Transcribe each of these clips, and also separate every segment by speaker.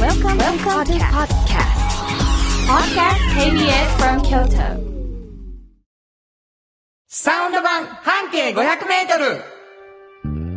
Speaker 1: Welcome, to the podcast. Podcast KBS from Kyoto.
Speaker 2: サウンド版半径500メートル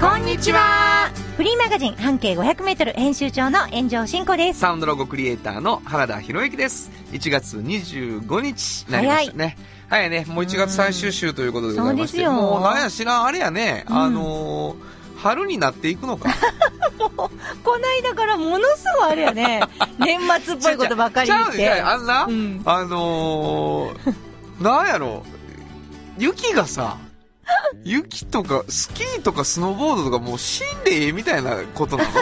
Speaker 2: こんにちは
Speaker 3: フリーマガジン半径 500m 編集長の炎上真子です。
Speaker 2: サウンドロゴクリエイターの原田博之です。1月25日になりましたね。早いね、もう1月最終週ということでございまし
Speaker 3: そう
Speaker 2: て、
Speaker 3: ですよ
Speaker 2: もうなんやしな、あれやね、あのー春になっていくのか。
Speaker 3: こないだからものすごいあれや ね、年末っぽいことばっかり
Speaker 2: ち
Speaker 3: 言
Speaker 2: ゃ
Speaker 3: っ
Speaker 2: う
Speaker 3: て。
Speaker 2: ねあんな、
Speaker 3: うん
Speaker 2: あのー、なんやろ、雪がさ、雪とか、スキーとかスノーボードとかもう死んでええみたいなことなの
Speaker 3: い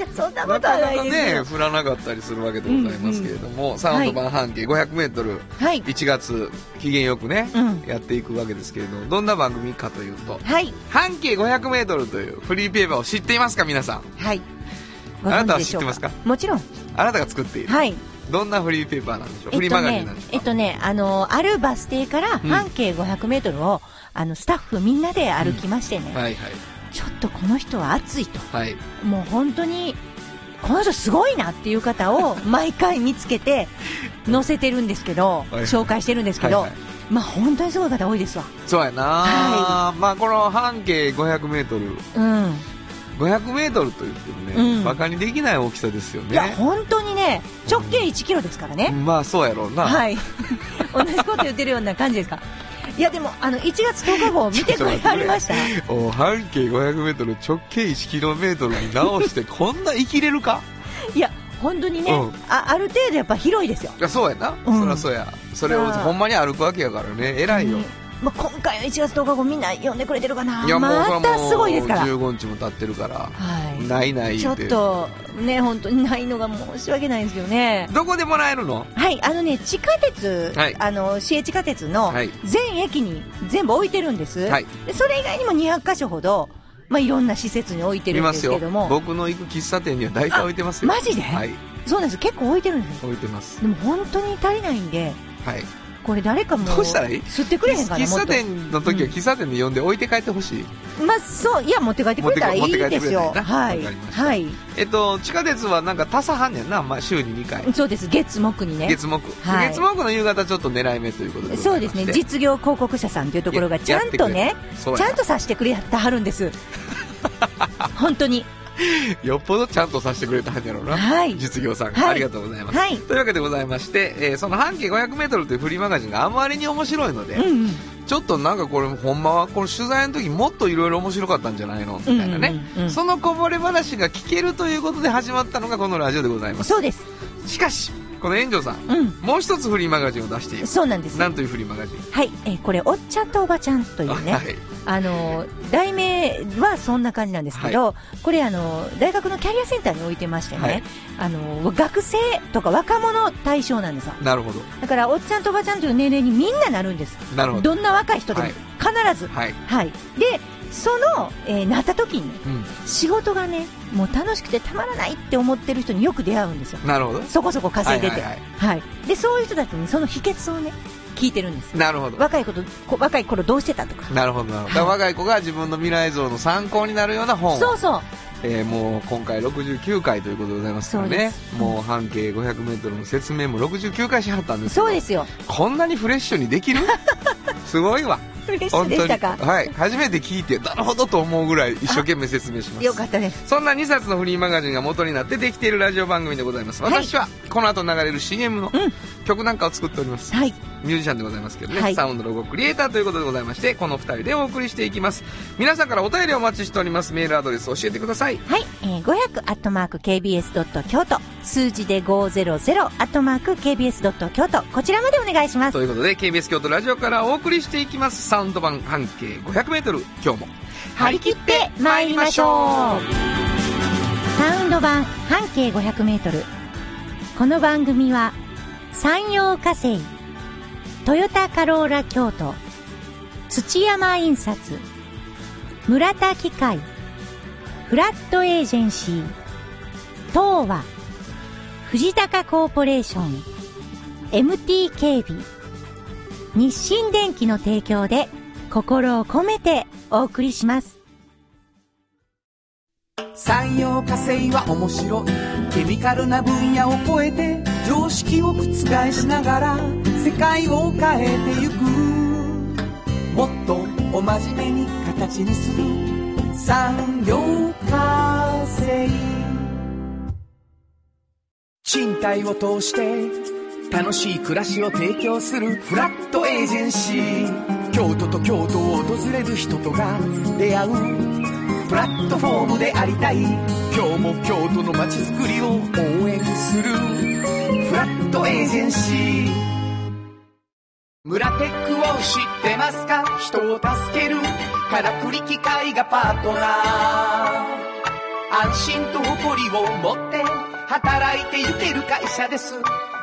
Speaker 3: やそんな
Speaker 2: な
Speaker 3: ことは
Speaker 2: かな
Speaker 3: ない
Speaker 2: か
Speaker 3: で
Speaker 2: ね、
Speaker 3: すよ。
Speaker 2: 降らなかったりするわけでございますけれども、サウンド版半径500メートル、
Speaker 3: はい。
Speaker 2: 1月、機嫌よくね、
Speaker 3: うん
Speaker 2: やっていくわけですけれども、どんな番組かというと、
Speaker 3: はい。
Speaker 2: 半径500メートルというフリーペーパーを知っていますか皆さん。
Speaker 3: はい。
Speaker 2: あなたは知
Speaker 3: ご存知でし
Speaker 2: って
Speaker 3: ょう
Speaker 2: ますか
Speaker 3: もちろん。
Speaker 2: あなたが作っている。
Speaker 3: はい。
Speaker 2: どんなフリーペーパーなんでしょう、
Speaker 3: え
Speaker 2: フリ
Speaker 3: っ
Speaker 2: ーマ
Speaker 3: と
Speaker 2: ガジン
Speaker 3: ね
Speaker 2: なんでしょう、か
Speaker 3: えっとね、あの、あるバス停から
Speaker 2: うん
Speaker 3: 半径 500m を、あの、スタッフみんなで歩きましてね、
Speaker 2: はいはい。
Speaker 3: ちょっとこの人は熱いと。
Speaker 2: はい。
Speaker 3: もう本当に、この人すごいなっていう方 を毎回見つけて、載せてるんですけど、
Speaker 2: いはい
Speaker 3: 紹介してるんですけど、
Speaker 2: はいはい
Speaker 3: まあ本当にすごい方多いですわ。
Speaker 2: そうやな、
Speaker 3: は
Speaker 2: まあこの半径 500m、
Speaker 3: うん。
Speaker 2: 500m といってもね、
Speaker 3: うん
Speaker 2: バカにできない大きさですよ
Speaker 3: いや、
Speaker 2: ね。
Speaker 3: 本当にね、直径1キロですからね。
Speaker 2: まあそうやろうな。
Speaker 3: はい。 同じこと言ってるような感じですか。いや、でも、あの、1月10日号見てくれはりま した
Speaker 2: お半径 500m 直径 1km に直 してこんな生きれるか
Speaker 3: いや、本当にね、
Speaker 2: うん
Speaker 3: あ、ある程度やっぱ広いですよ。
Speaker 2: いやそうやな、
Speaker 3: うん
Speaker 2: そりゃそうやそれを
Speaker 3: さあ
Speaker 2: ほんまに歩くわけやからね偉いよ、
Speaker 3: うんまあ、今回の1月10日号みんな読んでくれてるかない
Speaker 2: やもうそれ
Speaker 3: ま
Speaker 2: は
Speaker 3: た
Speaker 2: もう
Speaker 3: すごいですから。は
Speaker 2: 15日も経ってるから、
Speaker 3: い。
Speaker 2: ないない
Speaker 3: ちょっ
Speaker 2: って
Speaker 3: とね、本当にないのが申し訳ないんですけどね。
Speaker 2: どこでもらえるの
Speaker 3: はい、あのね、地下鉄、
Speaker 2: はい
Speaker 3: あの、市営地下鉄の
Speaker 2: はい
Speaker 3: 全駅に全部置いてるんです。
Speaker 2: はい
Speaker 3: でそれ以外にも200箇所ほど、まあ、いろんな施設に置いて
Speaker 2: 見
Speaker 3: るん
Speaker 2: ま
Speaker 3: ですすけ
Speaker 2: よ
Speaker 3: ども。
Speaker 2: 僕の行く喫茶店には大体置いてますよ
Speaker 3: あマジで
Speaker 2: はい
Speaker 3: そうなんです。結構置いてるんですよ。
Speaker 2: 置いてます
Speaker 3: でも本当に足りないんで、
Speaker 2: はい
Speaker 3: これ誰かも
Speaker 2: どうしたらいい
Speaker 3: 吸ってくれへんかな、
Speaker 2: 喫
Speaker 3: も
Speaker 2: 茶
Speaker 3: っと。
Speaker 2: 店の時
Speaker 3: う
Speaker 2: は
Speaker 3: ん
Speaker 2: 喫茶店で呼んで置いて帰ってほしい、
Speaker 3: まあ、そう、いや、持って帰ってくれたらい
Speaker 2: 持っ
Speaker 3: い
Speaker 2: て帰って
Speaker 3: ですよ
Speaker 2: 持っ。て帰ってくれたらいい
Speaker 3: はい
Speaker 2: なわかりま。した
Speaker 3: はい。
Speaker 2: えっと地下鉄はなんか他差はんねんな、まあ、週に2回
Speaker 3: そうです。月、木にね。
Speaker 2: 月木、
Speaker 3: はい
Speaker 2: 月木の夕方ちょっと狙い目ということでご
Speaker 3: そ
Speaker 2: ざ
Speaker 3: う
Speaker 2: いま
Speaker 3: で
Speaker 2: し
Speaker 3: すね。
Speaker 2: て
Speaker 3: 実業広告社さんというところがちゃんとね、
Speaker 2: そう
Speaker 3: ち
Speaker 2: や
Speaker 3: ゃんとさしてくれてはるん です。本当に。
Speaker 2: よっぽどちゃんとさせてくれたんやろうな、
Speaker 3: はい
Speaker 2: 実業さん、
Speaker 3: はい
Speaker 2: ありがとうございます、
Speaker 3: はい。
Speaker 2: というわけでございまして、えーその半径 500m というフリーマガジンがあまりに面白いので、
Speaker 3: うんうん。
Speaker 2: ちょっとなんかこれほんまはこの取材の時もっといろいろ面白かったんじゃないのみたいなね、
Speaker 3: うんうんうん
Speaker 2: そのこぼれ話が聞けるということで始まったのがこのラジオでございます
Speaker 3: そうです。
Speaker 2: しかしこの炎上さん
Speaker 3: うん。
Speaker 2: もう一つフリーマガジンを出している
Speaker 3: そうなんです。
Speaker 2: なんというフリーマガジン
Speaker 3: はい。えーこれ、おっちゃんとおばちゃんという
Speaker 2: は
Speaker 3: ね。
Speaker 2: い、
Speaker 3: あのー、題名はそんな感じなんですけど、これ、あのー、大学のキャリアセンターに置いてましてね、
Speaker 2: はい
Speaker 3: あのー、学生とか若者対象なんですよ。
Speaker 2: なるほど
Speaker 3: だから、おっちゃんとおばちゃんという年齢にみんななるんです。
Speaker 2: なるほど
Speaker 3: どんな若い人でも。
Speaker 2: はい
Speaker 3: 必ず。
Speaker 2: はい、
Speaker 3: はい。で、その、えーなった時に、
Speaker 2: う
Speaker 3: 仕事がねもう楽しくてたまらないって思ってる人によく出会うんですよ
Speaker 2: ん、なるほど
Speaker 3: そこそこ稼いでて、
Speaker 2: は
Speaker 3: はいい
Speaker 2: はい
Speaker 3: でそういう人たちにその秘訣をね聞いてるんです
Speaker 2: なるほど
Speaker 3: 若いことこ若い頃どうしてたとか
Speaker 2: なるほどなるほど、だから若い子が自分の未来像の参考になるような本を
Speaker 3: そうそう
Speaker 2: えーもう今回69回ということでございますか
Speaker 3: そ
Speaker 2: ら
Speaker 3: う
Speaker 2: ね
Speaker 3: で、す
Speaker 2: もう半径 500m の説明も69回しはったんですけど
Speaker 3: そうですよ
Speaker 2: こんなにフレッシュにで きるすごいわ
Speaker 3: 嬉しい
Speaker 2: 本
Speaker 3: で
Speaker 2: 当
Speaker 3: し
Speaker 2: に、
Speaker 3: たか
Speaker 2: はい、初めて聞いてなるほどと思うぐらい一生懸命説明します
Speaker 3: よかったです
Speaker 2: そんな2冊のフリーマガジンが元になってできているラジオ番組でございます
Speaker 3: はい
Speaker 2: 私はこの後流れる CM の
Speaker 3: うん
Speaker 2: 曲なんかを作っております、
Speaker 3: はい
Speaker 2: ミュージシャンでございますけどね、
Speaker 3: はい
Speaker 2: サウンドロゴクリエイターということでございましてこの2人でお送りしていきます皆さんからお便りをお待ちしておりますメールアドレス教えてください
Speaker 3: はい、えー、500アットマーク KBS ドット京都数字で500アットマーク KBS ドット京都こちらまでお願いします
Speaker 2: ということで KBS 京都ラジオからお送りしていきますサウンド版半径 500m 今日も
Speaker 3: 張り切って参りましょうサウンド版半径 500m この番組は山陽火星トヨタカローラ京都土山印刷村田機械フラットエージェンシー東和藤高コーポレーション MT 警備日清電機の提供で心を込めてお送りします
Speaker 4: 産業化成は面白いケミカルな分野を超えて常識を覆しながら世界を変えてゆくもっとお真面目に形にする産業化成賃貸を通して楽しい暮らしを提供するフラットエージェンシー京都と京都を訪れる人とが出会うプラットフォームでありたい今日も京都の街づくりを応援するフラットエージェンシー村テックを知ってますか人を助けるからくり機械がパートナー安心と誇りを持って働いてゆける会社です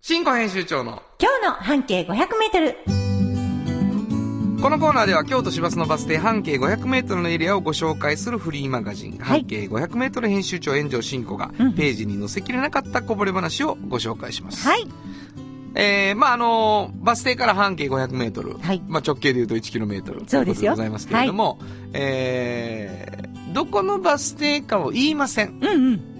Speaker 2: 新庫編集長の
Speaker 3: 今日の半径5 0 0メートル
Speaker 2: このコーナーでは京都市バスのバス停半径 500m のエリアをご紹介するフリーマガジン、
Speaker 3: はい
Speaker 2: 半径 500m 編集長炎上真子が
Speaker 3: うん
Speaker 2: ページに載せきれなかったこぼれ話をご紹介します。
Speaker 3: はい
Speaker 2: えー、まああのーバス停から半径 500m、
Speaker 3: はい
Speaker 2: まあ直径で言うと 1km
Speaker 3: そうですよ
Speaker 2: ということございますけれども、えー、どこのバス停かを言いません。
Speaker 3: うんうん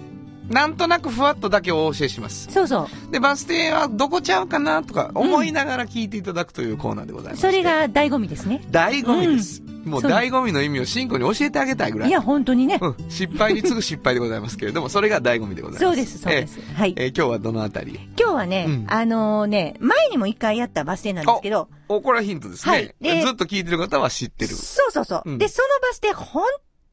Speaker 2: なんとなくふわっとだけお教えします。
Speaker 3: そうそう
Speaker 2: で、バス停はどこちゃうかなとか思いながら聞いていただくというコーナーでございます。
Speaker 3: それが醍醐味ですね
Speaker 2: 醍醐味です。もう
Speaker 3: そう
Speaker 2: 醍醐味の意味を慎吾に教えてあげたいぐらい。
Speaker 3: いや本当にね
Speaker 2: うん失敗に次ぐ失敗でございますけれども、それが醍醐味でございます。
Speaker 3: そうですそうです、はい
Speaker 2: えー。えー今日はどのあたり
Speaker 3: 今日はね、
Speaker 2: うん
Speaker 3: あのね、前にも一回やったバス停なんですけど、
Speaker 2: お、これはヒントです
Speaker 3: は
Speaker 2: ね
Speaker 3: い。で
Speaker 2: ずっと聞いてる方は知ってる。
Speaker 3: そうそうそう。
Speaker 2: うん
Speaker 3: で、そのバス停、本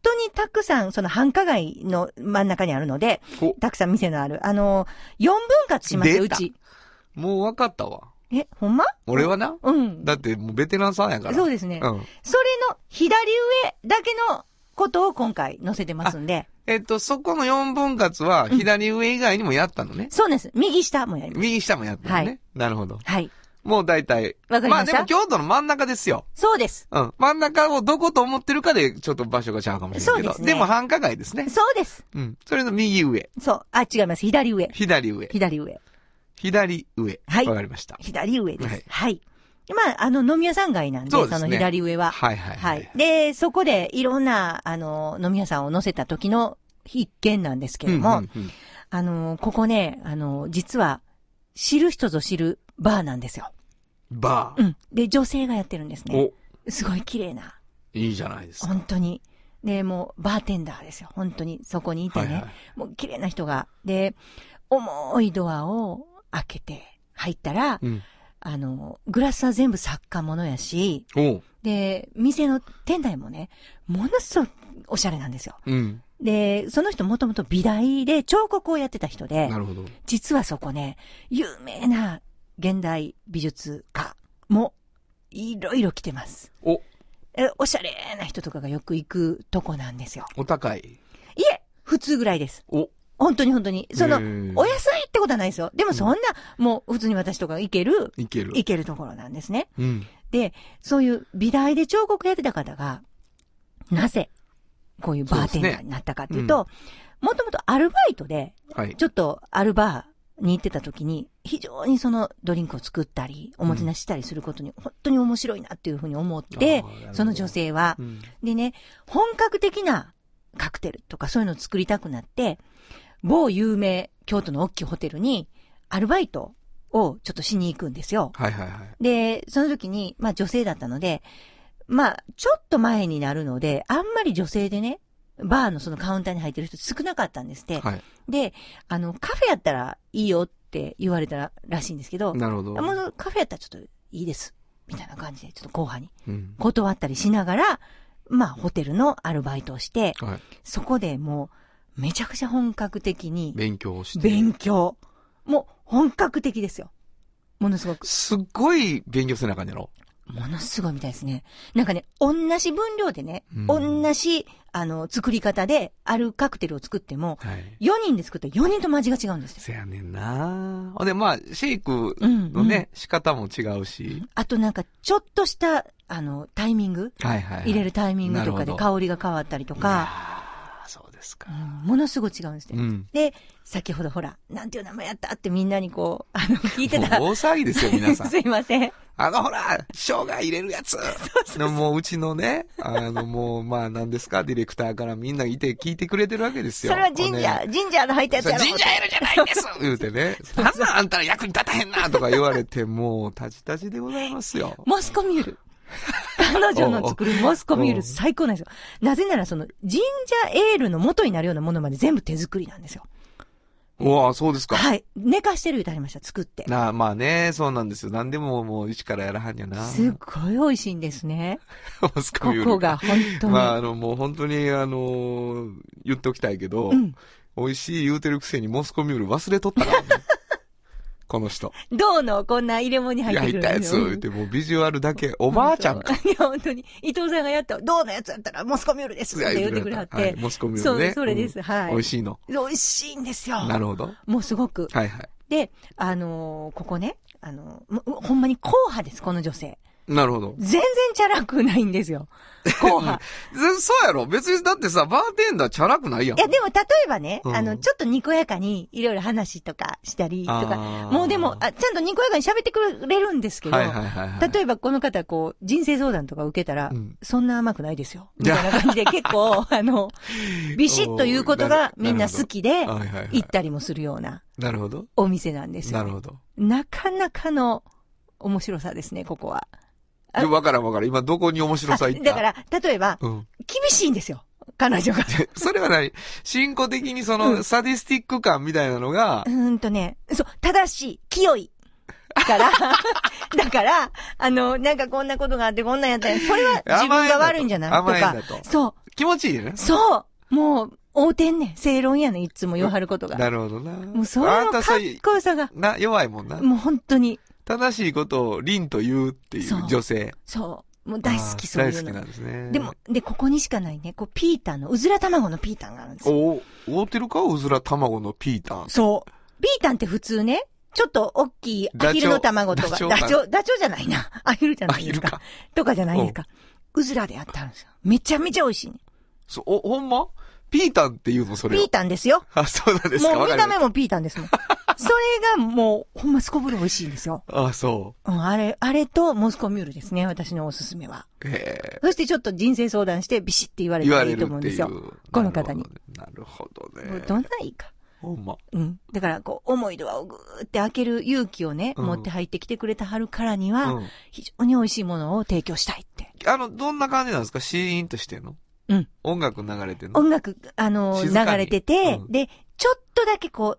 Speaker 3: 当にたくさん、その繁華街の真ん中にあるので、
Speaker 2: お、
Speaker 3: たくさん店のある。あのー、4分割しますよ、
Speaker 2: 出
Speaker 3: う
Speaker 2: た
Speaker 3: ち。
Speaker 2: もう分かったわ。
Speaker 3: え、ほんま
Speaker 2: 俺はな、
Speaker 3: うん。
Speaker 2: だってもうベテランさんやから。
Speaker 3: そう
Speaker 2: で
Speaker 3: ですね、
Speaker 2: うん。
Speaker 3: それの左上だけのことを今回載せてますんで、
Speaker 2: えっと、そこの4分割は左上以外にもやったのね。
Speaker 3: そうなんです。右下もやります。
Speaker 2: 右下もやったのね。
Speaker 3: はい
Speaker 2: なるほど。
Speaker 3: はい。
Speaker 2: もう大体。
Speaker 3: わかりました
Speaker 2: あでも京都の真ん中ですよ。
Speaker 3: そうです。
Speaker 2: うん。真ん中をどこと思ってるかで、ちょっと場所が違うかもしれないけ
Speaker 3: そうで
Speaker 2: ど。
Speaker 3: すね
Speaker 2: も繁華街ですね。
Speaker 3: そうです。
Speaker 2: うん。それの右上。
Speaker 3: そう。あ、違います。左上。
Speaker 2: 左上。
Speaker 3: 左上。
Speaker 2: 左上。
Speaker 3: はい
Speaker 2: わかりました。
Speaker 3: 左上です。
Speaker 2: は
Speaker 3: はいい。まあ、あの、飲み屋さん街なんで、
Speaker 2: そう
Speaker 3: そ
Speaker 2: ですね
Speaker 3: の左上は。
Speaker 2: はいはいは
Speaker 3: はいい。で、そこでいろんな、あの、飲み屋さんを載せた時の一見なんですけども、
Speaker 2: うんうんうん
Speaker 3: あの、ここね、あの、実は、知る人ぞ知るバーなんですよ。
Speaker 2: バ
Speaker 3: うん。で、女性がやってるんです
Speaker 2: ー。
Speaker 3: ね。すごい綺麗な。
Speaker 2: お、いいじゃないですか。
Speaker 3: 本当に。で、もう、バーテンダーですよ。本当に。そこにいてね。
Speaker 2: はいはい
Speaker 3: もう、綺麗な人が。で、重いドアを開けて入ったら、
Speaker 2: うん。
Speaker 3: あの、グラスは全部作家ものやし、
Speaker 2: おう
Speaker 3: で、店の店内もね、ものすごくおしゃれなんですよ。
Speaker 2: うん。
Speaker 3: で、その人もともと美大で彫刻をやってた人で
Speaker 2: な、るほど。
Speaker 3: 実はそこね、有名な現代美術家もいろいろ来てます。
Speaker 2: お、
Speaker 3: え、おしゃれな人とかがよく行くとこなんですよ。
Speaker 2: お高い。
Speaker 3: いえ、普通ぐらいです。
Speaker 2: お、
Speaker 3: 本当に本当に。その
Speaker 2: へ、ー
Speaker 3: お安いってことはないですよ。でもそんな、もう普通に私とか行ける、
Speaker 2: いける。
Speaker 3: 行けるところなんですね。
Speaker 2: うん。
Speaker 3: で、そういう美大で彫刻やってた方が、なぜ、こういうバーテンダーになったかっていうと、もともとアルバイトで、
Speaker 2: はい。
Speaker 3: ちょっとアルバーに行ってた時に、非常にそのドリンクを作ったり、おもてなししたりすることに、本当に面白いなっていうふうに思っ
Speaker 2: あー
Speaker 3: て
Speaker 2: なるほ、ど
Speaker 3: その女性は
Speaker 2: う、ん
Speaker 3: でね、本格的なカクテルとかそういうのを作りたくなって、某有名京都の大きいホテルにアルバイトをちょっとしに行くんですよ。
Speaker 2: はいはいはい。
Speaker 3: で、その時に、まあ女性だったので、まあちょっと前になるので、あんまり女性でね、バーのそのカウンターに入ってる人少なかったんですって。
Speaker 2: はい。
Speaker 3: で、あの、カフェやったらいいよって言われたららしいんですけど、
Speaker 2: なるほど。
Speaker 3: あもうカフェやったらちょっといいです。みたいな感じで、ちょっと後半に
Speaker 2: うん。
Speaker 3: 断ったりしながら、まあホテルのアルバイトをして、
Speaker 2: はい。
Speaker 3: そこでもうめちゃくちゃ本格的に
Speaker 2: 勉強して。
Speaker 3: 勉強。もう本格的ですよ。ものすごく。
Speaker 2: すっごい勉強せなあかんやろ
Speaker 3: ものすごいみたいですね。なんかね、同じ分量でね、
Speaker 2: うん
Speaker 3: 同じ、あの、作り方で、あるカクテルを作っても、
Speaker 2: はい。
Speaker 3: 4人で作って4人とも味が違うんですよ。
Speaker 2: せやねんなほんで、まあ、シェイクのね、
Speaker 3: うんうん
Speaker 2: 仕方も違うし。
Speaker 3: あとなんか、ちょっとした、あの、タイミング、
Speaker 2: はいはい、はい。
Speaker 3: 入れるタイミングとか
Speaker 2: なる
Speaker 3: で
Speaker 2: ほど
Speaker 3: 香りが変わったりとか、
Speaker 2: か。そうです
Speaker 3: う
Speaker 2: か。
Speaker 3: んものすごい違うんです
Speaker 2: う
Speaker 3: よ。
Speaker 2: ん。
Speaker 3: で、先ほどほら、なんていう名前やったってみんなにこう、あ の、聞いて
Speaker 2: もう
Speaker 3: た。
Speaker 2: 大騒ぎですよ、皆さん
Speaker 3: す。いません。
Speaker 2: あのほら、生姜入れるやつの、もううちのね、あのもう、まあ何ですか、ディレクターからみんないて聞いてくれてるわけです
Speaker 3: そ
Speaker 2: よ。
Speaker 3: れはジンジャー、ジンジャーの入ったやつ
Speaker 2: そう
Speaker 3: やろ
Speaker 2: ジンジャーエールじゃないん です言うてね。なんなんあんたら役に立たへんなとか言われて、もう、たちたちでございますよ。
Speaker 3: モスコミュール。彼女の作るモスコミュー
Speaker 2: おうおう
Speaker 3: ル最高なんですよ。なぜならその、ジンジャーエールの元になるようなものまで全部手作りなんですよ。
Speaker 2: うわあそうですか。
Speaker 3: はい。寝かしてる言うてありました、作って。
Speaker 2: なあ、まあね、そうなんですよ。何でももう、一からやらはんやな。
Speaker 3: すっごい美味しいんですね。
Speaker 2: マスコ
Speaker 3: こ
Speaker 2: ミュール
Speaker 3: こが本当に。
Speaker 2: まあ、あの、もう本当に、あのー言っておきたいけど、
Speaker 3: うん
Speaker 2: 美味しい言うてるくせにモスコミュール忘れとったからね。 この人。
Speaker 3: 銅のこんな入れ物に入って
Speaker 2: 焼
Speaker 3: く
Speaker 2: い
Speaker 3: るん
Speaker 2: たや
Speaker 3: で
Speaker 2: つ
Speaker 3: す
Speaker 2: を
Speaker 3: よ。
Speaker 2: 言って、もうビジュアルだけ、おばあちゃんか。
Speaker 3: いや、本当に。伊藤さんがやった、銅のやつやったら、モスコミュールですって言ってくれはっ
Speaker 2: は
Speaker 3: て
Speaker 2: い、。モスコミュールね。
Speaker 3: そうそれですはい
Speaker 2: 美味しいの。
Speaker 3: 美味しいんですよ。
Speaker 2: なるほど。は
Speaker 3: もうすごく。
Speaker 2: いはい。
Speaker 3: で、あのーここね、あのーもうほんまに硬派です、この女性。
Speaker 2: なるほど。
Speaker 3: 全然チャラくないんですよ。硬派。
Speaker 2: ずそうやろ別にだってさ、バーテンダーチャラくないやん。
Speaker 3: いや、でも、例えばね、
Speaker 2: うん
Speaker 3: あの、ちょっとにこやかに、いろいろ話とかしたりと
Speaker 2: あ
Speaker 3: か
Speaker 2: ー、
Speaker 3: もうでも、あちゃんとにこやかに喋ってくれるんですけど、
Speaker 2: はいはいはいはい。
Speaker 3: 例えばこの方、こう、人生相談とか受けたら、
Speaker 2: うん
Speaker 3: そんな甘くないですよ。みたいな感じで結 構、あの、ビシッということがみんな好きで、
Speaker 2: はいはいはい
Speaker 3: 行ったりもするような
Speaker 2: なるほど。
Speaker 3: お店なんですよ。
Speaker 2: なるほど。
Speaker 3: なかなかの面白さですね、ここは。あ
Speaker 2: でわからんわからん。今どこに面白さ
Speaker 3: あ
Speaker 2: 言った
Speaker 3: だから、例えば、
Speaker 2: うん。
Speaker 3: 厳しいんですよ。彼女 が。
Speaker 2: でそれは何進行的にそうの、
Speaker 3: ん
Speaker 2: サディスティック感みたいなのが
Speaker 3: う、ーんとね、そう、正しい、清い。から、 だから、あの、なんかこんなことがあってこんなんやったら、それは自分が悪いんじゃないと
Speaker 2: 甘えんだ
Speaker 3: か
Speaker 2: と甘えんだと
Speaker 3: そう、
Speaker 2: 気持ちいいよね。
Speaker 3: そう、もう、合うてんねん。正論やねん、いつも言わはることが。
Speaker 2: なるほどな。も
Speaker 3: もう、それ
Speaker 2: あん
Speaker 3: のか
Speaker 2: た
Speaker 3: っ
Speaker 2: そういう
Speaker 3: こよさが、
Speaker 2: な、弱いもんな。
Speaker 3: もう本当に、
Speaker 2: 正しいことを凛と言うってい
Speaker 3: そうう
Speaker 2: 女性。
Speaker 3: そう、もう大好き、
Speaker 2: あー
Speaker 3: そうい
Speaker 2: 大
Speaker 3: う
Speaker 2: 好きなん
Speaker 3: の。
Speaker 2: ですね。
Speaker 3: でも、、で、ここにしかないね、こう、ピーターの、うずら卵のピータンがあるんですよ。
Speaker 2: お、合うてるかうずら卵のピーターン。
Speaker 3: そう。ピータンって普通ね、ちょっと大きいアヒルの卵とか、
Speaker 2: ダ
Speaker 3: ダ
Speaker 2: チ
Speaker 3: チ
Speaker 2: ョ
Speaker 3: ョ
Speaker 2: ウ
Speaker 3: ウ、
Speaker 2: ダ
Speaker 3: ダ
Speaker 2: チ
Speaker 3: チ
Speaker 2: ョ
Speaker 3: ョウ、じゃないな。アヒルじゃ
Speaker 2: あ、
Speaker 3: ない
Speaker 2: い
Speaker 3: です
Speaker 2: る
Speaker 3: か
Speaker 2: か。。
Speaker 3: とかじゃないですか。うずらでやったんですよ。めちゃめちゃ美味しいね。
Speaker 2: そう、お、ほんまピータンって言うのそれ
Speaker 3: ピ
Speaker 2: を
Speaker 3: ータンですよ。
Speaker 2: あ、そうなんですか。
Speaker 3: もう見た目
Speaker 2: も。
Speaker 3: もピータンです もん。それがもう、ほんますこぶる美味しいんですよ。
Speaker 2: あ、そ
Speaker 3: うん、あれ、あれとモスコミュールですね、私のおすすめは。
Speaker 2: う。え
Speaker 3: そしてちょっと人生相談してビシって言わ
Speaker 2: え
Speaker 3: れ
Speaker 2: 言
Speaker 3: たら
Speaker 2: わ
Speaker 3: い
Speaker 2: れ
Speaker 3: いと
Speaker 2: る
Speaker 3: 思うん
Speaker 2: って
Speaker 3: で
Speaker 2: い
Speaker 3: すよ。
Speaker 2: う。
Speaker 3: この方に。
Speaker 2: なるほどね。
Speaker 3: も
Speaker 2: な
Speaker 3: う
Speaker 2: る
Speaker 3: ど
Speaker 2: ほど
Speaker 3: ん
Speaker 2: ね。
Speaker 3: ないいか。
Speaker 2: ほんま。
Speaker 3: うん。だから、こう、思いドアをぐーって開ける勇気をね、
Speaker 2: うん
Speaker 3: 持って入ってきてくれたはるからには、
Speaker 2: うん
Speaker 3: 非常に美味しいものを提供したいって。
Speaker 2: あの、どんな感じなんですかシーンとしてんの
Speaker 3: うん。
Speaker 2: 音楽流れてんの
Speaker 3: 音楽、あの、
Speaker 2: 静
Speaker 3: 流
Speaker 2: かに
Speaker 3: れてて、
Speaker 2: うんで
Speaker 3: で、ちょっとだけこう、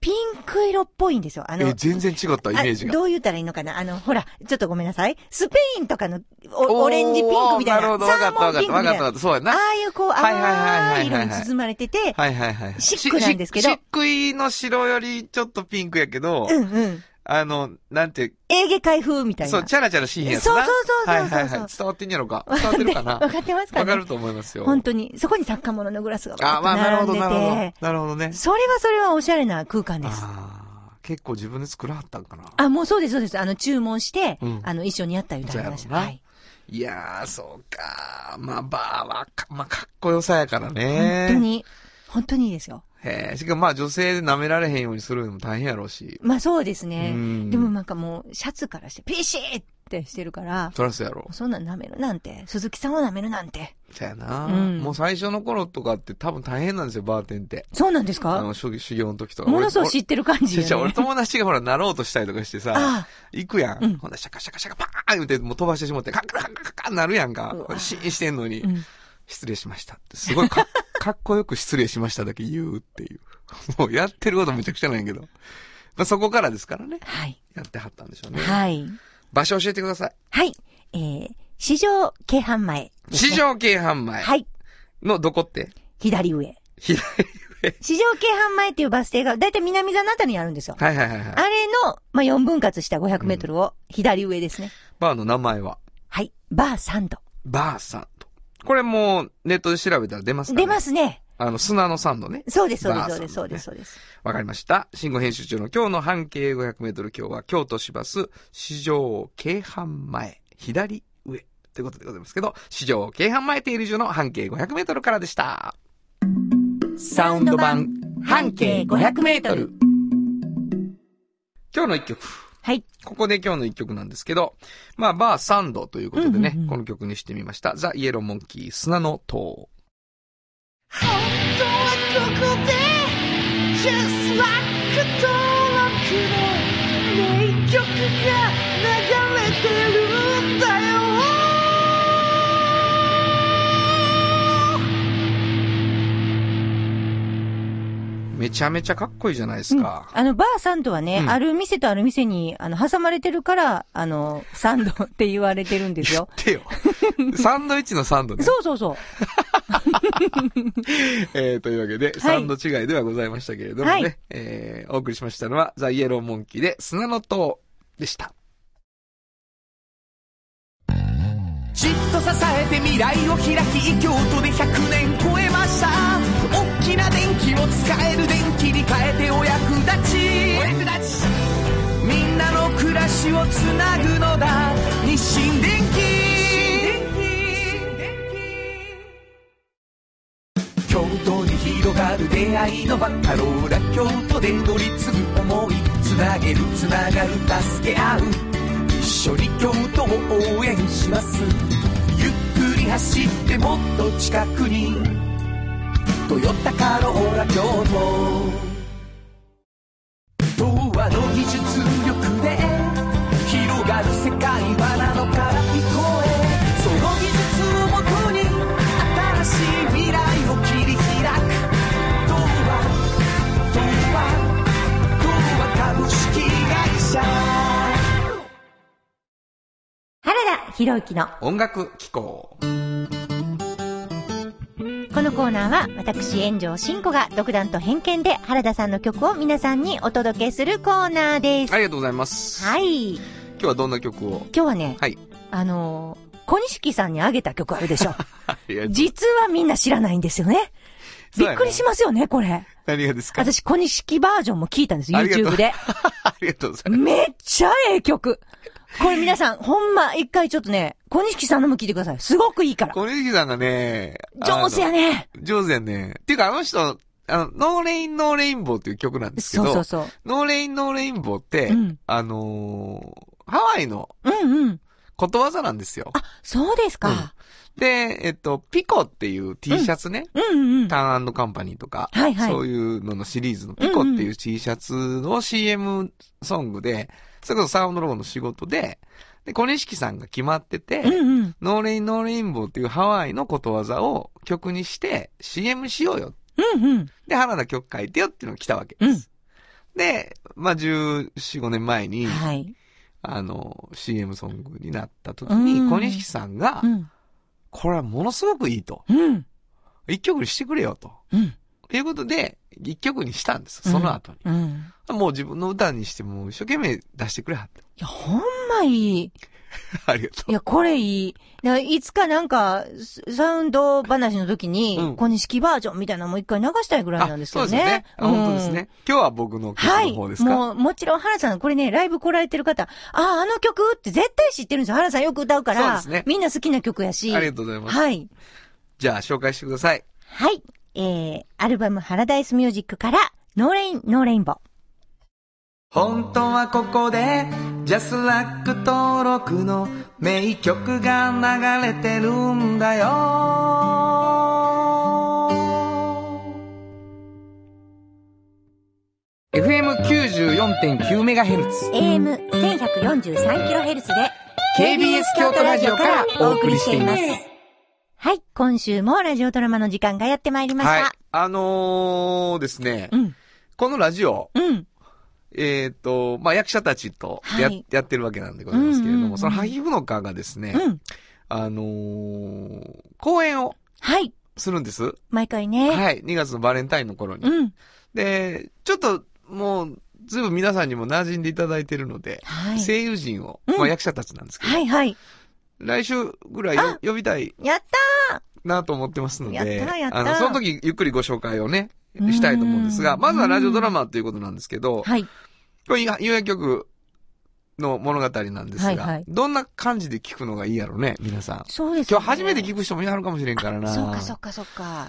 Speaker 3: ピンク色っぽいんですよ。あの、
Speaker 2: え、全然違ったイメージ
Speaker 3: あ
Speaker 2: が。
Speaker 3: どう言ったらいいのかなあの、ほら、ちょっとごめんなさい。スペインとかの
Speaker 2: おー
Speaker 3: おオレンジピンクみたいな。
Speaker 2: なるほど、わ
Speaker 3: サ
Speaker 2: かっ
Speaker 3: ー
Speaker 2: たわ
Speaker 3: モン
Speaker 2: かっ
Speaker 3: ピン
Speaker 2: た
Speaker 3: クみた
Speaker 2: わかっ
Speaker 3: い
Speaker 2: た
Speaker 3: な。
Speaker 2: わか
Speaker 3: あ
Speaker 2: った。そうやな。
Speaker 3: あいうこう、
Speaker 2: はいはいはいはいはいはい
Speaker 3: 淡い色に包まれてて、
Speaker 2: はいはいはい。
Speaker 3: シックなんですけど
Speaker 2: しし漆喰の白よりちょっとピンクやけど、
Speaker 3: うんうん。
Speaker 2: あの、なんて、
Speaker 3: エーゲ海風みたいな。
Speaker 2: そう、チャラチャラしいんやつな。
Speaker 3: そうそうそうそうそう
Speaker 2: はいはいはい。伝わってんやろか。伝わってるか な。
Speaker 3: わかってますかね
Speaker 2: わかると思いますよ。
Speaker 3: 本当に。そこに作家物のグラスが
Speaker 2: あ、まあ、なる
Speaker 3: わーっと
Speaker 2: ほど、なる
Speaker 3: 並ん
Speaker 2: ほ
Speaker 3: でて、
Speaker 2: ど。なるほどね。
Speaker 3: それはそれはおしゃれな空間です。
Speaker 2: ああ、結構自分で作らはったんかな。
Speaker 3: あ、もうそうです、そうです。あの、注文して、
Speaker 2: うん
Speaker 3: あの、一緒にやった言うてありまし
Speaker 2: そ
Speaker 3: た。
Speaker 2: うやろうな
Speaker 3: はい。
Speaker 2: いやー、そうか。まあ、バーはか、まあ、かっこよさやからね。
Speaker 3: 本当。に、本当にいいですよ。
Speaker 2: へえ、しかもまあ、女性で舐められへんようにするのも大変やろうし。
Speaker 3: まあそうです
Speaker 2: う
Speaker 3: ね
Speaker 2: ん。
Speaker 3: でもなんかもう、シャツからして、ピシーってしてるから、
Speaker 2: そらそうやろ。
Speaker 3: そんなん舐めるなんて、鈴木さんを舐めるなんて。
Speaker 2: そやな、
Speaker 3: うん
Speaker 2: もう最初の頃とかって多分大変なんですよ、バーテンって。
Speaker 3: そうなんです
Speaker 2: あ
Speaker 3: か
Speaker 2: の、修修行の時とか。
Speaker 3: ものすごい
Speaker 2: 俺
Speaker 3: 知ってる感じ
Speaker 2: じゃ
Speaker 3: よ
Speaker 2: 俺
Speaker 3: ね。
Speaker 2: 友達がほら、なろうとしたりとかしてさ
Speaker 3: あ、
Speaker 2: 行くやん。
Speaker 3: うん
Speaker 2: ほんで、シャカシャカシャカパーン言うて、もう飛ばしてしもって、カッカッカッカッカッなるやんか
Speaker 3: う。わ
Speaker 2: シーンしてんのに、
Speaker 3: うん
Speaker 2: 失礼しましたって。すごいかかっこよく失礼しましただけ言うっていう。 もうやってることめちゃくちゃなんやけど。まあ、そこからですからね。
Speaker 3: はい。
Speaker 2: やってはったんでしょうね。
Speaker 3: はい。
Speaker 2: 場所教えてください。
Speaker 3: はい。えー、市場京阪前ですね、
Speaker 2: 市場京阪前
Speaker 3: はい。
Speaker 2: のどこって
Speaker 3: 左上。
Speaker 2: 左れ。
Speaker 3: 市場京阪前っていうバス停が、だいたい南座のあたりにあるんですよ。
Speaker 2: はいはいはいはい。
Speaker 3: あれの、まあ、4分割した500メートルを左上ですね。
Speaker 2: バーの名前は、
Speaker 3: はい。バーサンド。
Speaker 2: バーサンド。これもう、ネットで調べたら出ますか、ね、。
Speaker 3: 出ますすね。
Speaker 2: あの、砂のサンドね。
Speaker 3: そうです、そうで
Speaker 2: バー
Speaker 3: す、
Speaker 2: サン
Speaker 3: そう
Speaker 2: ド
Speaker 3: で
Speaker 2: ね
Speaker 3: す、そうです、そうです。
Speaker 2: わかりました。新語編集長の今日の半径500メートル、今日は京都市バス、市場京阪前、左上。ということでございますけど、市場京阪前停留所の半径500メートルからでした。
Speaker 4: サウンド版半径500メートル。
Speaker 2: 今日の一曲。
Speaker 3: はい。
Speaker 2: ここで今日の一曲なんですけど、まあ、バーサンドということでね、
Speaker 3: うんうんうん
Speaker 2: この曲にしてみました。ザ・イエローモンキー、砂の塔。めちゃめちゃかっこいいじゃないですか。
Speaker 3: あの、バーサンドはね、
Speaker 2: うん
Speaker 3: ある店とある店に、あの、挟まれてるから、あの、サンドって言われてるんです
Speaker 2: 言っ。
Speaker 3: よ
Speaker 2: てよ。サンドイッチのサンドね。
Speaker 3: そうそうそう。
Speaker 2: えー、というわけで、サンド違いではございましたけれどもね、
Speaker 3: はい
Speaker 2: えー、お送りしましたのは、ザ・イエローモンキーで砂の塔でした。
Speaker 4: じっと支えて未来を開き京都で100年超えました大きな電気を使える電気に変えてお役立ちお役立ちみんなの暮らしをつなぐのだ日清電気京都に広がる出会いの場カローラ京都で乗り継ぐ思いつなげるつながる助け合う一緒に京都を応援しますゆっくり走ってもっと近くに「トヨタカローラ京都」「童話の技術力で広がる世界はなのから聞こえ」「その技術をもとに新しい未来を切り開く」「童話童話童話株式会社」
Speaker 3: 原田博之の
Speaker 2: 音楽機構。
Speaker 3: このコーナーは私炎上真子が独断と偏見で原田さんの曲を皆さんにお届けするコーナーです。
Speaker 2: ありがとうございます。。
Speaker 3: はいい。今
Speaker 2: 今日はどんな曲を
Speaker 3: 日はね、
Speaker 2: はい。
Speaker 3: あのー小錦さんにあげた曲あるでしょ。
Speaker 2: いや
Speaker 3: 実はみんな知らないんですよね。
Speaker 2: そ
Speaker 3: び
Speaker 2: うや
Speaker 3: っ
Speaker 2: な
Speaker 3: くりしますよね、これ。
Speaker 2: 何がですか
Speaker 3: 私、小錦バージョンも聞いたんです、
Speaker 2: ありがとう
Speaker 3: YouTube で。
Speaker 2: ありがとうございます。
Speaker 3: めっちゃええ曲。これ皆さん、ほんま、一回ちょっとね、小錦さんのも聞いてください。すごくいいから。
Speaker 2: 小西さんがね、
Speaker 3: 上手や
Speaker 2: ね。
Speaker 3: ね。
Speaker 2: 上手やね。っていうか、あの人、あの、ノーレインノーレインボーっていう曲なんですけど、
Speaker 3: そうそうそう。
Speaker 2: ノーレインノーレインボーって、
Speaker 3: うん
Speaker 2: あのーハワイの
Speaker 3: うんうん。
Speaker 2: ことわざなんですよ。
Speaker 3: あ、そうですか。
Speaker 2: で、えっと、ピコっていう T シャツね、
Speaker 3: うんうんうん。
Speaker 2: ターンカンパニーとか、
Speaker 3: はいはい
Speaker 2: そういうののシリーズのピコっていう T シャツの CM ソングで、それこそサウンドロゴの仕事で、で、小錦さんが決まってて、
Speaker 3: うんうん。
Speaker 2: ノーレインノーレインボーっていうハワイのことわざを曲にして CM しようよ。
Speaker 3: うんうん。
Speaker 2: で、原田曲書いてよっていうのが来たわけです。で、まあ、14、5年前に、
Speaker 3: はい。
Speaker 2: あの、CM ソングになった時に
Speaker 3: う、ん
Speaker 2: 小錦さんが
Speaker 3: う、ん。
Speaker 2: これはものすごくいいと。
Speaker 3: うん。
Speaker 2: 一曲にしてくれよと。
Speaker 3: うん。
Speaker 2: ということで、一曲にしたんです。その後に。
Speaker 3: うん。
Speaker 2: もう自分の歌にしても、一生懸命出してくれはって。
Speaker 3: いや、ほんまいい。
Speaker 2: ありがと
Speaker 3: いや、これいい。だからいつかなんか、スサウンド話の時に、
Speaker 2: うん
Speaker 3: 小錦バージョンみたいなのも一回流したいぐ
Speaker 2: う。
Speaker 3: らいなんですけ
Speaker 2: そう
Speaker 3: ど
Speaker 2: です
Speaker 3: ね。
Speaker 2: よね。あ
Speaker 3: うん
Speaker 2: 本当ですね。今日は僕の曲
Speaker 3: は
Speaker 2: の
Speaker 3: い。
Speaker 2: 方ですか、
Speaker 3: もう、もちろん、原さん、これね、ライブ来られてる方、ああ、あの曲って絶対知ってるんですよ。原さんよく歌うから、
Speaker 2: そうですね
Speaker 3: みんな好きな曲やし。
Speaker 2: ありがとうございます。
Speaker 3: はい。
Speaker 2: じゃあ、紹介してください。
Speaker 3: はい。えー、アルバム、ハラダイスミュージックから、ノーレイン、ノーレインボー。
Speaker 4: 本当はここでジャスラック登録の名曲が流れてるんだよは
Speaker 2: FM94.9MHz。
Speaker 3: AM1143kHz で。
Speaker 4: KBS 京都ラジオからお送りしています
Speaker 3: はい、今週もラジオドラマの時間がやってまいりました。
Speaker 2: はい。あのーですね
Speaker 3: う、ん、
Speaker 2: このラジオ、
Speaker 3: うん、
Speaker 2: えっ、と、まあ、役者たちとや,、
Speaker 3: はい
Speaker 2: やってるわけなんでございますけれど
Speaker 3: うんう
Speaker 2: も、
Speaker 3: んうん
Speaker 2: その萩布の川がですね、
Speaker 3: うん。
Speaker 2: あのー公演を
Speaker 3: はい、
Speaker 2: するんです。
Speaker 3: 毎回ね。
Speaker 2: はい。2月のバレンタインの頃に。
Speaker 3: うん。
Speaker 2: で、ちょっと、もう、ずいぶん皆さんにも馴染んでいただいてるので、
Speaker 3: はい。
Speaker 2: 声優陣を、
Speaker 3: うん
Speaker 2: まあ役者たちなんですけど、
Speaker 3: はいはい。
Speaker 2: 来週ぐらいよ呼びたい
Speaker 3: やっ
Speaker 2: なと思ってますので、
Speaker 3: やったやった
Speaker 2: あの、その時ゆっくりご紹介をね、したいと思うんですが、
Speaker 3: うん
Speaker 2: まずはラジオドラマということなんですけど
Speaker 3: た、はい。
Speaker 2: これ、有薬局の物語なんですが、
Speaker 3: はいはい
Speaker 2: どんな感じで聞くのがいいやろね、皆さん。
Speaker 3: そうです、ね。
Speaker 2: 今日初めて聞く人もいはるかもしれんからな。
Speaker 3: そうかそうかそうか。